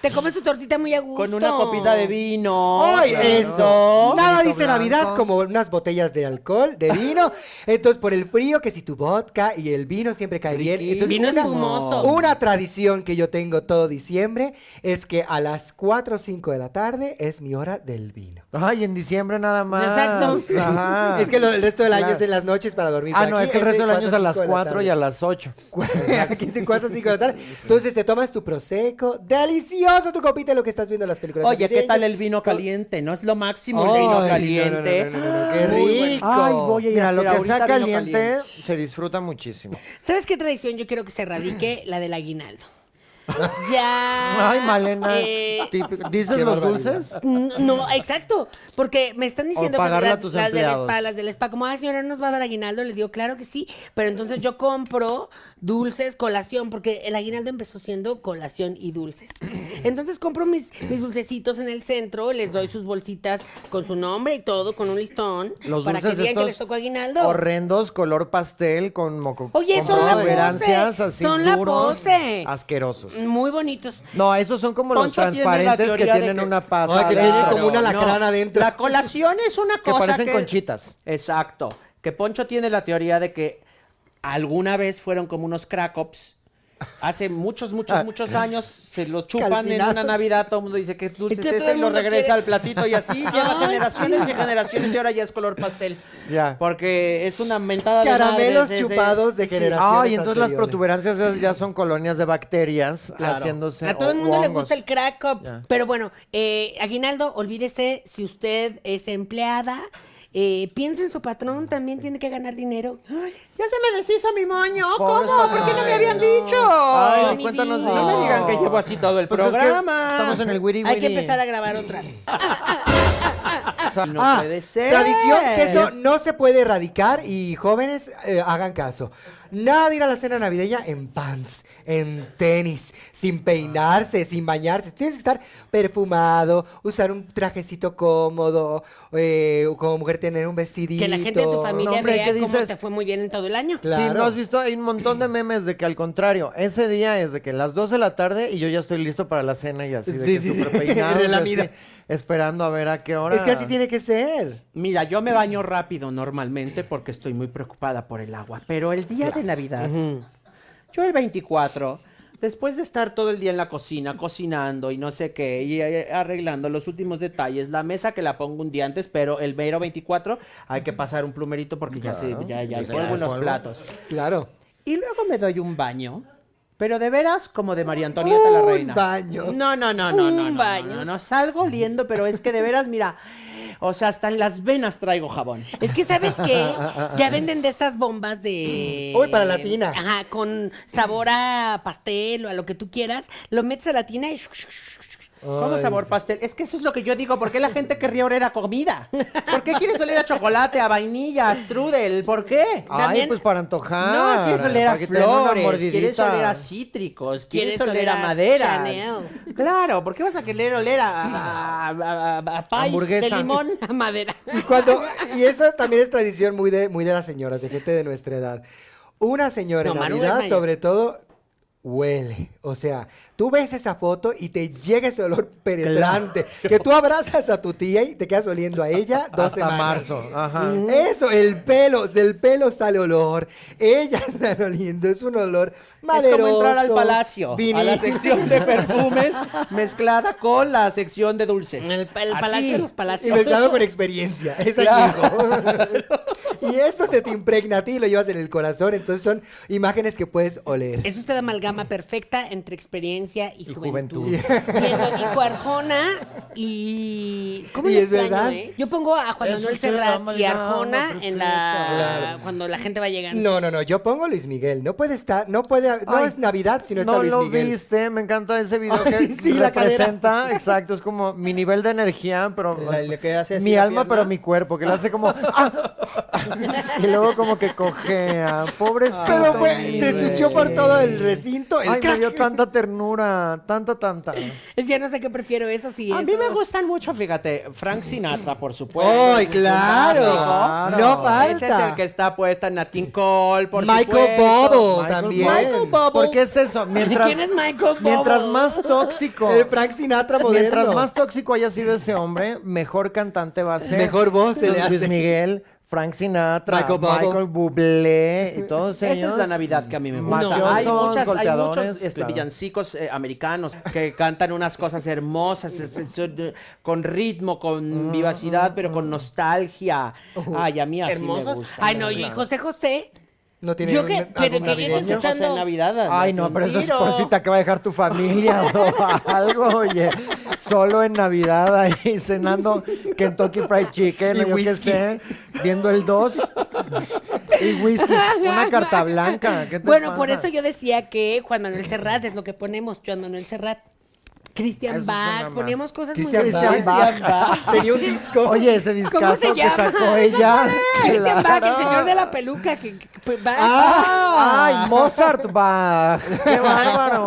Speaker 1: Te comes tu tortita muy a gusto.
Speaker 2: Con una copita de vino.
Speaker 3: ¡Ay,
Speaker 2: Claro.
Speaker 3: eso! Nada
Speaker 4: Vinito
Speaker 3: dice Navidad
Speaker 4: blanco.
Speaker 3: como unas botellas de alcohol, de vino. Entonces, por el frío, que si tu vodka y el vino siempre cae bien. Entonces,
Speaker 1: Vino
Speaker 3: una,
Speaker 1: espumoso.
Speaker 3: una tradición que yo tengo todo diciembre es que a las 4 o 5 de la tarde es mi hora del vino.
Speaker 4: Ay, en diciembre nada más.
Speaker 1: Exacto.
Speaker 4: Ajá.
Speaker 3: es que lo- el resto del año
Speaker 4: Ah, Claro.
Speaker 3: es en las noches para dormir.
Speaker 4: Ah,
Speaker 3: pero
Speaker 4: no,
Speaker 3: aquí
Speaker 4: es que el resto del año es a las
Speaker 3: 4
Speaker 4: 4 y a las 8.
Speaker 3: Aquí es en 4 o 5 de la tarde. Entonces te tomas tu prosecco. Delicioso tu copita lo que estás viendo en las películas.
Speaker 2: Oye, ¿qué
Speaker 3: navideñas.
Speaker 2: tal el vino caliente? No es lo máximo el
Speaker 3: Ay,
Speaker 2: vino
Speaker 3: no, no,
Speaker 2: caliente.
Speaker 3: no, no, no, no, qué
Speaker 2: Muy
Speaker 3: rico.
Speaker 2: Ay, voy a ir
Speaker 4: Mira,
Speaker 2: a
Speaker 4: lo
Speaker 2: hacer
Speaker 4: que sea
Speaker 2: ahorita vino
Speaker 4: caliente se disfruta muchísimo.
Speaker 1: ¿Sabes qué tradición yo quiero que se radique? La del aguinaldo. Ya.
Speaker 4: Ay, Malena.
Speaker 1: Ah, eh,
Speaker 4: típico. ¿Dices
Speaker 3: Qué
Speaker 4: los
Speaker 3: barbaridad.
Speaker 4: dulces?
Speaker 1: n- no, exacto. Porque me están diciendo que
Speaker 4: pagarle a
Speaker 1: las,
Speaker 4: tus
Speaker 1: las del
Speaker 4: empleados.
Speaker 1: spa, las del spa, como, ah, señora, ¿no nos va a dar aguinaldo. Le digo, claro que sí. Pero entonces yo compro dulces, colación, porque el aguinaldo empezó siendo colación y dulces. Entonces compro mis, mis dulcecitos en el centro, les doy sus bolsitas con su nombre y todo, con un listón,
Speaker 4: Los
Speaker 1: para que
Speaker 4: dulces
Speaker 1: digan que les
Speaker 4: estos
Speaker 1: tocó aguinaldo.
Speaker 4: horrendos, color pastel, con moco.
Speaker 1: Oye,
Speaker 4: con
Speaker 1: son la
Speaker 4: protuberancias
Speaker 1: pose,
Speaker 4: así
Speaker 1: son la
Speaker 4: duros,
Speaker 1: pose. Mm.
Speaker 4: asquerosos.
Speaker 1: Muy bonitos.
Speaker 4: No, esos son como los
Speaker 2: Poncho tiene la
Speaker 4: transparentes que
Speaker 2: teoría de
Speaker 4: tienen
Speaker 2: que-
Speaker 4: una pasa.
Speaker 3: Ay, que tienen como una lacrana adentro.
Speaker 2: La colación es una
Speaker 4: Que
Speaker 2: cosa
Speaker 4: parecen conchitas.
Speaker 2: Exacto. Que Poncho tiene la teoría de que alguna vez fueron como unos crackups. Hace muchos, muchos, muchos años se los chupan
Speaker 3: Calcinados.
Speaker 2: en una Navidad. Todo el mundo dice que dulce es
Speaker 1: Entonces, todo
Speaker 2: este y
Speaker 1: el
Speaker 2: lo
Speaker 1: mundo
Speaker 2: regresa
Speaker 1: quiere-
Speaker 2: al platito y así lleva
Speaker 1: Ay,
Speaker 2: generaciones y generaciones y ahora ya es color pastel.
Speaker 4: Ya.
Speaker 2: Porque es una mentada de
Speaker 3: Caramelos
Speaker 2: madres, es- es-
Speaker 3: chupados de generaciones.
Speaker 4: Ah, y entonces las
Speaker 3: anteriores.
Speaker 4: protuberancias esas ya son colonias de bacterias
Speaker 2: Claro.
Speaker 4: haciéndose.
Speaker 1: A todo el
Speaker 4: o-
Speaker 1: mundo le
Speaker 4: hongos.
Speaker 1: gusta el crack up.
Speaker 4: Ya.
Speaker 1: Pero bueno, eh, Aguinaldo, olvídese si usted es empleada. eh, piensa en su patrón, también tiene que ganar dinero.
Speaker 2: Ya se me deshizo mi moño.
Speaker 4: Pobres
Speaker 2: ¿Cómo? ¿Por qué no me
Speaker 4: patrones.
Speaker 2: habían dicho?
Speaker 4: Ay,
Speaker 1: mi
Speaker 4: cuéntanos.
Speaker 1: vida.
Speaker 4: de-
Speaker 2: No me digan que llevo así todo el
Speaker 4: Pues es que
Speaker 2: programa.
Speaker 4: estamos en el wiri
Speaker 1: Hay que empezar a grabar otra vez.
Speaker 2: O sea, no
Speaker 3: Ah,
Speaker 2: puede ser.
Speaker 3: Tradición que eso no se puede erradicar y jóvenes eh, hagan caso. Nada de ir a la cena navideña en pants, en tenis, sin peinarse, sin bañarse. Tienes que estar perfumado, usar un trajecito cómodo, eh, como mujer tener un vestidito.
Speaker 1: Que la gente de tu familia
Speaker 4: hombre,
Speaker 1: vea
Speaker 4: ¿qué
Speaker 1: cómo
Speaker 4: dices?
Speaker 1: te fue muy bien en todo el año.
Speaker 3: Claro.
Speaker 4: Sí, no has visto, hay un montón de memes de que al contrario, ese día es de que las 2 de la tarde y yo ya estoy listo para la cena y así de
Speaker 3: Sí,
Speaker 4: que
Speaker 3: sí,
Speaker 4: súper peinados,
Speaker 3: relamida.
Speaker 4: así, esperando a ver a qué hora.
Speaker 3: Es que así tiene que ser.
Speaker 2: Mira, yo me baño rápido normalmente porque estoy muy preocupada por el agua, pero el día de Navidad, yo el 24, después de estar todo el día en la cocina, cocinando y no sé qué, y eh, arreglando los últimos detalles, la mesa que la pongo un día antes, pero el mero 24 hay que pasar un plumerito porque ya se, ya, ya hay
Speaker 4: Ya,
Speaker 2: polvo en los
Speaker 4: polvo.
Speaker 2: platos.
Speaker 3: Claro.
Speaker 2: Y luego me doy un baño. Pero de veras, como de María Antonieta la
Speaker 3: Un
Speaker 2: Reina.
Speaker 3: baño.
Speaker 2: No, no, no, no,
Speaker 1: Un
Speaker 2: no, no,
Speaker 1: baño.
Speaker 2: no, no, no, salgo oliendo, pero es que de veras, mira, o sea, hasta en las venas traigo jabón.
Speaker 1: Es que, ¿sabes qué? Ya venden de estas bombas de...
Speaker 3: Uy, para la tina.
Speaker 1: Ajá, con sabor a pastel o a lo que tú quieras. Lo metes a la tina y...
Speaker 2: ¿Cómo sabor pastel? Es que eso es lo que yo digo, ¿por qué la gente querría oler a comida? ¿Por qué quieres oler a chocolate, a vainilla, a strudel? ¿Por qué?
Speaker 4: Ay,
Speaker 1: También-
Speaker 4: pues para antojar.
Speaker 2: No, quieres oler a
Speaker 4: para que te den una
Speaker 2: flores, quieres
Speaker 4: mordidita.
Speaker 2: oler a cítricos, quieres,
Speaker 1: Quieres
Speaker 2: oler a
Speaker 1: oler a
Speaker 2: maderas.
Speaker 1: Chanel.
Speaker 2: Claro, ¿por qué vas a querer oler a, a, a- a- a pie de
Speaker 4: Hamburguesa.
Speaker 2: limón?
Speaker 1: A madera.
Speaker 3: Y cuando y eso es- también es tradición muy de muy de las señoras, de gente de nuestra edad. Una señora
Speaker 1: No,
Speaker 3: en
Speaker 1: Maru es
Speaker 3: Navidad,
Speaker 1: mayor.
Speaker 3: sobre todo, huele. O sea, tú ves esa foto y te llega ese olor penetrante. Que tú abrazas a tu tía y te quedas oliendo a ella dos
Speaker 4: Hasta
Speaker 3: semanas.
Speaker 4: marzo, ajá.
Speaker 3: Mm. Eso, el pelo, del pelo sale olor. Ella anda oliendo, es un olor
Speaker 2: Es
Speaker 3: maleroso.
Speaker 2: como entrar al palacio, a la
Speaker 3: vinil.
Speaker 2: sección de perfumes mezclada con la sección de dulces.
Speaker 1: El, pa- el
Speaker 2: Así.
Speaker 1: palacio de los
Speaker 3: Y
Speaker 1: palacios.
Speaker 3: mezclado con experiencia, es
Speaker 2: Claro.
Speaker 3: añejo. Y eso se te impregna a ti y lo llevas en el corazón. Entonces son imágenes que puedes oler.
Speaker 1: Es usted amalgama perfecta entre experiencia y,
Speaker 4: Y
Speaker 1: juventud.
Speaker 4: juventud.
Speaker 1: Quien lo dijo Arjona y. ¿Cómo
Speaker 3: Y
Speaker 1: lo
Speaker 3: es
Speaker 1: extraño,
Speaker 3: verdad.
Speaker 1: eh? Yo pongo a Juan
Speaker 4: Es
Speaker 1: Manuel
Speaker 4: usted
Speaker 1: Serrat y
Speaker 4: amalgama
Speaker 1: Arjona en la.
Speaker 3: perfecta.
Speaker 1: cuando la gente va llegando.
Speaker 3: No, no, no, yo pongo Luis Miguel. No puede estar, no puede, no
Speaker 4: Ay,
Speaker 3: es Navidad si no está
Speaker 4: no
Speaker 3: Luis
Speaker 4: lo
Speaker 3: Miguel.
Speaker 4: viste, me encanta ese video
Speaker 3: Ay,
Speaker 4: que
Speaker 3: sí, la cadera.
Speaker 4: representa, exacto, es como mi nivel de energía, pero
Speaker 2: La- le queda así, así
Speaker 4: mi
Speaker 2: la
Speaker 4: alma,
Speaker 2: pierna.
Speaker 4: pero mi cuerpo, que le hace como ah, y luego como que cojea, pobrecito.
Speaker 3: Pero fue, se
Speaker 4: Miguel.
Speaker 3: chuchó por todo el recinto. El
Speaker 4: Ay, me
Speaker 3: crack.
Speaker 4: dio tanta ternura, tanta, tanta.
Speaker 1: Es que ya no sé qué prefiero eso si
Speaker 2: A mí
Speaker 1: eso-
Speaker 2: me gustan mucho, fíjate, Frank Sinatra, por supuesto.
Speaker 3: ¡Ay,
Speaker 2: es un
Speaker 3: claro!
Speaker 2: clásico.
Speaker 3: No
Speaker 2: Ese es el
Speaker 3: falta.
Speaker 2: que está puesta en Nat King Cole, por
Speaker 3: Michael
Speaker 2: supuesto.
Speaker 3: Bubble también.
Speaker 2: Michael Bubble.
Speaker 4: ¿Por qué es eso? Mientras,
Speaker 1: ¿Quién es Michael Bubble?
Speaker 4: mientras más tóxico,
Speaker 3: El Frank Sinatra moderno.
Speaker 4: mientras más tóxico haya sido ese hombre, mejor cantante va a ser.
Speaker 3: Mejor voz se le
Speaker 4: Luis
Speaker 3: hace.
Speaker 4: Miguel, Frank Sinatra,
Speaker 3: Michael Bublé.
Speaker 4: Michael Bublé y todos ellos.
Speaker 2: Esa es la Navidad que a mí me
Speaker 4: Matt
Speaker 2: gusta.
Speaker 4: Johnson,
Speaker 2: hay, muchas, hay
Speaker 4: golpeadores,
Speaker 2: muchos este,
Speaker 4: claro.
Speaker 2: villancicos eh, americanos que cantan unas cosas hermosas, es- es- eh, con ritmo, con vivacidad, pero con nostalgia. Ay, a mí así me
Speaker 1: hermosos.
Speaker 2: gusta.
Speaker 1: Ay, no, y José José.
Speaker 3: No tiene
Speaker 1: Yo
Speaker 3: un-
Speaker 1: que-
Speaker 3: algún
Speaker 1: pero que llegues
Speaker 3: navideño.
Speaker 1: escuchando-
Speaker 2: José en Navidad.
Speaker 4: Ay,
Speaker 2: date
Speaker 4: no,
Speaker 2: un
Speaker 4: pero eso es
Speaker 2: tiro.
Speaker 4: por cita que va a dejar tu familia o algo, oye. Solo en Navidad ahí cenando Kentucky Fried Chicken,
Speaker 3: Y
Speaker 4: o yo qué
Speaker 3: whisky.
Speaker 4: sé, viendo el 2 y whisky, una carta blanca. ¿qué te
Speaker 1: Bueno,
Speaker 4: pasa?
Speaker 1: por eso yo decía que Juan Manuel Serrat es lo que ponemos, Juan Manuel Serrat. Cristian
Speaker 4: Eso
Speaker 1: Bach,
Speaker 4: suena más.
Speaker 1: poníamos cosas
Speaker 3: Christian
Speaker 1: muy
Speaker 3: Bach.
Speaker 1: grandes.
Speaker 4: Christian
Speaker 3: Bach. Tenía un disco.
Speaker 4: Oye, ese
Speaker 1: ¿Cómo se
Speaker 4: discazo que
Speaker 1: llama?
Speaker 4: sacó ella.
Speaker 1: Christian Bach, el
Speaker 4: claro.
Speaker 1: señor de la peluca que, que- pues, Bach.
Speaker 4: ¡Ah! ¡Ay, Mozart Bach! ¡Qué bárbaro!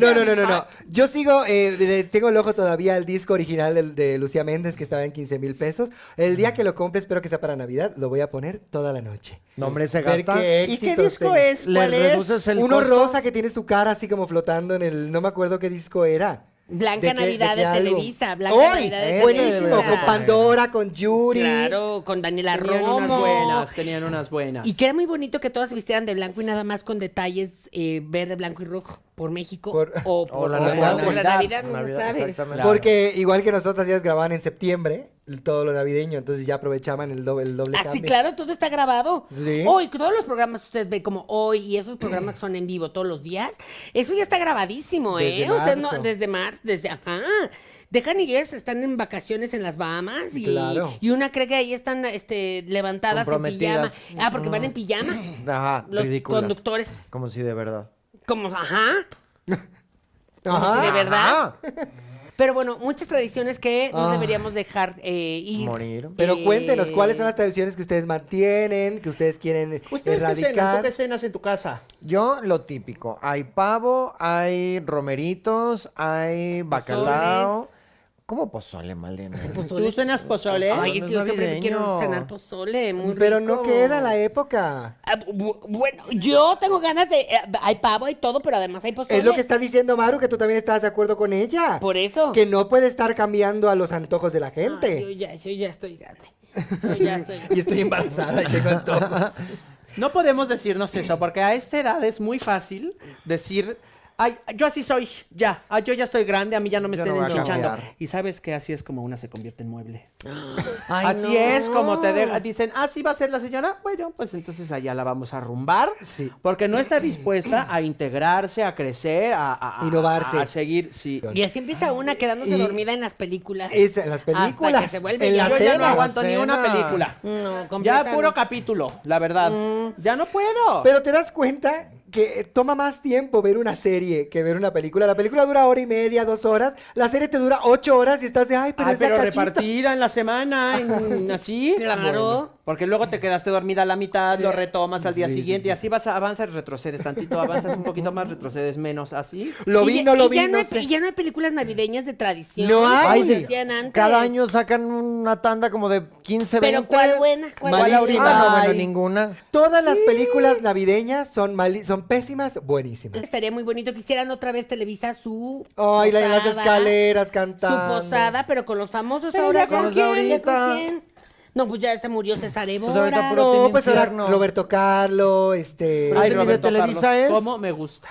Speaker 3: No, no, no, no, no. Yo sigo, eh, le- tengo el ojo todavía al disco original del- de, Lucía Méndez que estaba en 15 mil pesos. El día que lo compre, espero que sea para Navidad, lo voy a poner toda la noche.
Speaker 4: No, hombre, se
Speaker 3: Ver
Speaker 4: gasta.
Speaker 3: qué
Speaker 2: ¿Y qué
Speaker 3: éxitos
Speaker 2: disco
Speaker 3: tenga.
Speaker 2: es?
Speaker 4: Le
Speaker 2: ¿Cuál es?
Speaker 4: reduces el
Speaker 3: Uno
Speaker 4: costo.
Speaker 3: rosa que tiene su cara así como flotando en el, no me acuerdo qué disco era.
Speaker 1: Blanca
Speaker 3: qué-
Speaker 1: Navidad de
Speaker 3: álbum?
Speaker 1: Televisa, Blanca
Speaker 3: ¡Ay!
Speaker 1: Navidad de
Speaker 3: Buenísimo,
Speaker 1: Televisa.
Speaker 3: con Pandora, con Yuri.
Speaker 1: Claro, con Daniela
Speaker 2: Tenían unas
Speaker 1: Romo.
Speaker 2: buenas, tenían unas buenas.
Speaker 1: Y que era muy bonito que todas se vistieran de blanco y nada más con detalles eh, verde, blanco y rojo por México
Speaker 3: Por-
Speaker 1: o
Speaker 4: O
Speaker 1: por
Speaker 4: la
Speaker 1: o por la
Speaker 4: Navidad.
Speaker 1: Navidad, no se
Speaker 4: Navidad,
Speaker 1: sabe.
Speaker 4: exactamente.
Speaker 3: Porque igual que nosotras ellas grababan en septiembre todo lo navideño, entonces ya aprovechaban el doble, el doble
Speaker 1: Así,
Speaker 3: cambio.
Speaker 1: Ah, claro, todo está grabado.
Speaker 3: Sí.
Speaker 1: Hoy, que todos los programas que usted ve como hoy y esos programas son en vivo todos los días, eso ya está grabadísimo, ¿eh?
Speaker 3: Desde
Speaker 1: Usted
Speaker 3: marzo.
Speaker 1: no, desde marzo, desde ajá. Dejan y ellas están en vacaciones en las Bahamas y,
Speaker 3: Claro.
Speaker 1: y una cree que ahí están este, levantadas en pijama.
Speaker 4: Comprometidas.
Speaker 1: Ah, porque van en pijama.
Speaker 3: Mm.
Speaker 4: Ajá,
Speaker 1: Los
Speaker 4: ridículas.
Speaker 1: conductores.
Speaker 4: Como si de verdad.
Speaker 1: Como, ajá.
Speaker 3: Ajá.
Speaker 1: ¿De verdad?
Speaker 4: Ajá.
Speaker 1: Pero bueno, muchas tradiciones que no deberíamos dejar eh, ir.
Speaker 4: Morir.
Speaker 3: Ah. Pero
Speaker 1: Eh,
Speaker 3: cuéntenos, ¿cuáles son las tradiciones que ustedes mantienen, que ustedes quieren eh,
Speaker 2: ¿Ustedes qué cenan? ¿Tú
Speaker 3: erradicar?
Speaker 2: qué cenas en tu casa?
Speaker 4: Yo, lo típico. Hay pavo, hay romeritos, hay bacalao. ¿Cómo pozole, Pues, maldita?
Speaker 1: Pozole.
Speaker 2: ¿Tú cenas pozole?
Speaker 1: Ay, es
Speaker 4: no
Speaker 1: que
Speaker 4: es
Speaker 1: yo siempre
Speaker 4: navideño.
Speaker 1: quiero cenar pozole, muy
Speaker 3: Pero no
Speaker 1: rico.
Speaker 3: queda la época.
Speaker 1: Ah, bu- Bueno, yo tengo ganas de. eh, Hay pavo y todo, pero además hay pozole.
Speaker 3: Es lo que está diciendo Maru, que tú también estás de acuerdo con ella.
Speaker 1: Por eso.
Speaker 3: Que no puede estar cambiando a los antojos de la
Speaker 1: Ah, yo,
Speaker 3: gente.
Speaker 1: ya, yo ya estoy grande. Yo ya estoy grande.
Speaker 3: Y estoy embarazada y tengo antojos.
Speaker 2: No podemos decirnos eso, porque a esta edad es muy fácil decir, ay, yo así soy, ya, ay, yo ya estoy grande, a mí ya no me
Speaker 4: Yo
Speaker 2: estén
Speaker 4: no voy a
Speaker 2: enchinchando.
Speaker 4: cambiar.
Speaker 2: Y sabes que así es como una se convierte en mueble.
Speaker 1: Ay,
Speaker 2: así
Speaker 1: no.
Speaker 2: es como te de- dicen, así va a ser la señora, bueno, pues entonces allá la vamos a rumbar,
Speaker 3: Sí.
Speaker 2: porque no está dispuesta a integrarse, a crecer, a, a- a-
Speaker 3: Innovarse.
Speaker 2: a seguir, sí.
Speaker 1: Y así empieza una quedándose
Speaker 3: Y-
Speaker 1: dormida en las películas.
Speaker 3: Es en las
Speaker 1: Hasta que
Speaker 3: películas,
Speaker 1: se vuelve
Speaker 3: en
Speaker 1: ya- Mm,
Speaker 3: la
Speaker 2: Yo ya no
Speaker 3: cena.
Speaker 2: aguanto ni una
Speaker 4: Cena.
Speaker 2: película.
Speaker 1: No,
Speaker 2: Ya
Speaker 1: completa,
Speaker 2: puro
Speaker 1: no.
Speaker 2: capítulo, la verdad. Ya no puedo.
Speaker 3: Pero te das cuenta que eh, toma más tiempo ver una serie que ver una película. La película dura hora y media, dos horas. La serie te dura ocho horas y estás de, ay, pero
Speaker 2: Ah,
Speaker 3: es de a cachito".
Speaker 2: repartida en la semana, en- así.
Speaker 1: Claro.
Speaker 2: porque luego te quedaste dormida a la mitad, lo retomas al día
Speaker 3: Sí, sí,
Speaker 2: siguiente y así vas a avanzar, retrocedes tantito, avanzas un poquito más, retrocedes menos, así.
Speaker 3: Lo
Speaker 1: Y
Speaker 3: vi,
Speaker 1: ya-
Speaker 3: no lo
Speaker 1: y
Speaker 3: vi,
Speaker 1: ya
Speaker 3: no
Speaker 1: hay-
Speaker 3: sé.
Speaker 1: Y ya no hay películas navideñas de tradición.
Speaker 3: No hay.
Speaker 1: como decían antes.
Speaker 4: Cada año sacan una tanda como de 15, 20.
Speaker 1: Pero ¿cuál buena? ¿Cuál
Speaker 4: ¿Cuál
Speaker 1: buena?
Speaker 4: ahorita?
Speaker 3: Malísima.
Speaker 4: Ah, no, bueno,
Speaker 3: Ay.
Speaker 4: ninguna.
Speaker 3: Todas las películas navideñas son, mali- son pésimas, buenísimas.
Speaker 1: Estaría muy bonito que hicieran otra vez Televisa su.
Speaker 3: Ay, la de las
Speaker 1: posada,
Speaker 3: escaleras
Speaker 1: Su
Speaker 3: cantando.
Speaker 1: posada, pero con los famosos
Speaker 4: Pero
Speaker 1: ahora.
Speaker 4: ya
Speaker 1: ¿ya
Speaker 4: con
Speaker 1: quién?
Speaker 4: quién,
Speaker 1: ¿Ya con
Speaker 4: ahorita.
Speaker 1: quién? No, pues ya se murió César Évora.
Speaker 4: ahorita puro
Speaker 3: No,
Speaker 4: Tiene
Speaker 3: pues ahora
Speaker 4: infierno.
Speaker 3: Roberto Carlos, este...
Speaker 4: Ay,
Speaker 2: Ese
Speaker 4: ni de Televisa es.
Speaker 2: ¿Cómo me gusta?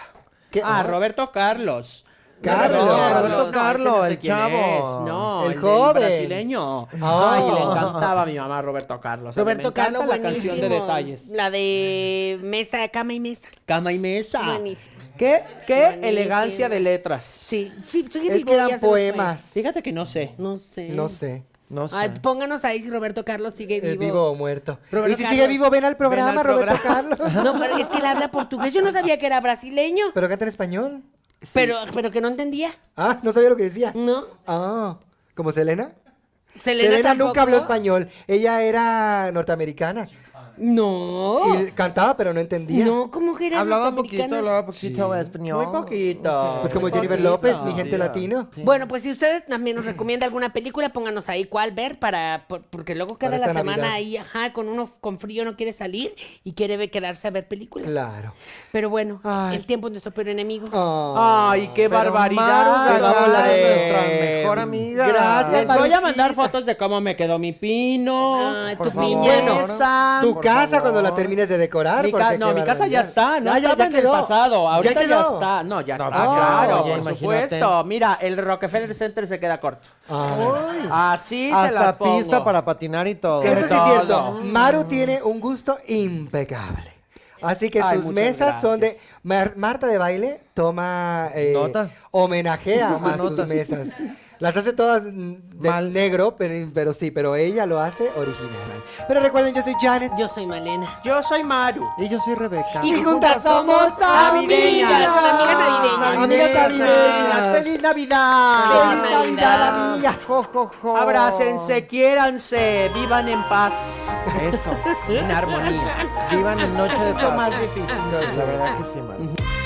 Speaker 3: ¿Qué?
Speaker 2: Ah, Roberto Carlos.
Speaker 3: Carlos.
Speaker 2: no,
Speaker 4: Roberto
Speaker 2: ese
Speaker 4: Carlos, el
Speaker 2: quién
Speaker 4: chavo.
Speaker 2: es, No,
Speaker 3: El
Speaker 2: el, del
Speaker 3: joven.
Speaker 2: brasileño.
Speaker 3: Ah.
Speaker 2: Ay, le encantaba a mi mamá Roberto Carlos. A mí me
Speaker 1: Roberto
Speaker 2: encanta
Speaker 1: Carlos,
Speaker 2: la
Speaker 1: buenísimo.
Speaker 2: canción de detalles.
Speaker 1: La de mesa, cama y mesa.
Speaker 2: Cama y mesa.
Speaker 3: Ah.
Speaker 1: Buenísimo.
Speaker 2: Qué, qué
Speaker 1: Buenísimo.
Speaker 2: elegancia de letras.
Speaker 1: Sí, sí, tú
Speaker 3: Es que eran poemas.
Speaker 2: Fíjate que no sé.
Speaker 1: No sé.
Speaker 3: No sé.
Speaker 4: No sé.
Speaker 1: Ay, pues, pónganos ahí si Roberto Carlos sigue
Speaker 3: eh,
Speaker 1: vivo.
Speaker 3: vivo o muerto.
Speaker 1: Roberto
Speaker 3: y si
Speaker 1: Carlos.
Speaker 3: sigue vivo, ven al programa,
Speaker 2: Ven al
Speaker 3: Roberto
Speaker 2: programa.
Speaker 3: Carlos.
Speaker 1: No, pero es que él habla portugués. Yo no sabía que era brasileño,
Speaker 3: Pero canta en español.
Speaker 1: pero, pero que no entendía.
Speaker 3: Ah, no sabía lo que decía.
Speaker 1: No.
Speaker 3: Ah, ¿como Selena?
Speaker 1: Selena,
Speaker 3: Selena,
Speaker 1: tampoco.
Speaker 3: nunca habló español. Ella era norteamericana.
Speaker 1: No.
Speaker 3: Y cantaba, pero no entendía.
Speaker 1: Oh. No, ¿cómo que era
Speaker 4: Hablaba
Speaker 1: norteamericana?
Speaker 4: poquito, hablaba poquito español.
Speaker 2: Muy poquito.
Speaker 3: Pues como
Speaker 2: Muy
Speaker 3: Jennifer
Speaker 2: poquito.
Speaker 3: López, mi gente latino.
Speaker 1: Bueno, pues si ustedes también nos recomienda alguna película, pónganos ahí cuál ver para por- porque luego cada
Speaker 3: Para
Speaker 1: la
Speaker 3: esta
Speaker 1: semana
Speaker 3: Navidad.
Speaker 1: ahí, ajá, con uno con frío no quiere salir y quiere ve- quedarse a ver películas.
Speaker 3: Claro.
Speaker 1: Pero bueno,
Speaker 3: Ay.
Speaker 1: el tiempo es nuestro peor enemigo.
Speaker 3: Ah.
Speaker 2: Ay, qué
Speaker 4: Pero
Speaker 2: barbaridad.
Speaker 4: Maru
Speaker 3: Se va a volar
Speaker 2: comadre.
Speaker 4: nuestra mejor amiga.
Speaker 3: Gracias,
Speaker 2: Les voy
Speaker 3: Marucita.
Speaker 2: a mandar fotos de cómo me quedó mi pino.
Speaker 1: Ay,
Speaker 4: Por
Speaker 1: tu
Speaker 4: favor.
Speaker 1: piña.
Speaker 3: Bueno,
Speaker 2: Esa,
Speaker 3: tu
Speaker 4: por
Speaker 3: casa
Speaker 4: favor.
Speaker 3: cuando la termines de decorar.
Speaker 2: Mi
Speaker 3: porque
Speaker 2: ca-
Speaker 3: qué
Speaker 2: no, mi casa ya
Speaker 3: barbaridad.
Speaker 2: está, no estaba en el
Speaker 3: quedó.
Speaker 2: pasado, ahorita ya,
Speaker 3: quedó.
Speaker 2: está, no, ya
Speaker 4: No,
Speaker 2: está,
Speaker 4: pues ya,
Speaker 2: claro,
Speaker 4: ya,
Speaker 2: por
Speaker 4: imagínate.
Speaker 2: supuesto, mira, el Rockefeller Center se queda corto,
Speaker 3: Ah.
Speaker 2: así se las
Speaker 4: Hasta
Speaker 2: pongo.
Speaker 4: pista para patinar y todo.
Speaker 3: Eso sí es
Speaker 2: Todo.
Speaker 3: cierto.
Speaker 2: Mm.
Speaker 3: Maru tiene un gusto impecable. Así que
Speaker 2: Ay,
Speaker 3: sus
Speaker 2: muchas
Speaker 3: mesas son de...
Speaker 2: gracias.
Speaker 3: Mar- Marta de baile toma... eh,
Speaker 4: Nota.
Speaker 3: Homenajea
Speaker 4: Toma
Speaker 3: a sus
Speaker 4: notas.
Speaker 3: mesas. Las hace todas mm, de
Speaker 4: Mal.
Speaker 3: negro, pero, pero sí, pero ella lo hace original. Pero recuerden, yo soy Janet.
Speaker 1: Yo soy Malena.
Speaker 2: Yo soy Maru.
Speaker 4: Y yo soy Rebeca.
Speaker 3: Y juntas somos
Speaker 1: navideñas.
Speaker 3: amigas.
Speaker 2: Ah,
Speaker 1: Amigas navideñas.
Speaker 3: Amigas navideñas.
Speaker 2: Navideñas, ¡Feliz Navidad!
Speaker 1: Feliz
Speaker 3: Feliz Navidad,
Speaker 1: Navidad.
Speaker 3: amigas.
Speaker 4: Jo, jo, jo.
Speaker 2: Abrácense, quiéranse, vivan en paz.
Speaker 4: Eso. En armonía. Vivan en noche de
Speaker 2: Es lo
Speaker 4: paz.
Speaker 2: más difícil.
Speaker 4: La verdad que sí, Maru.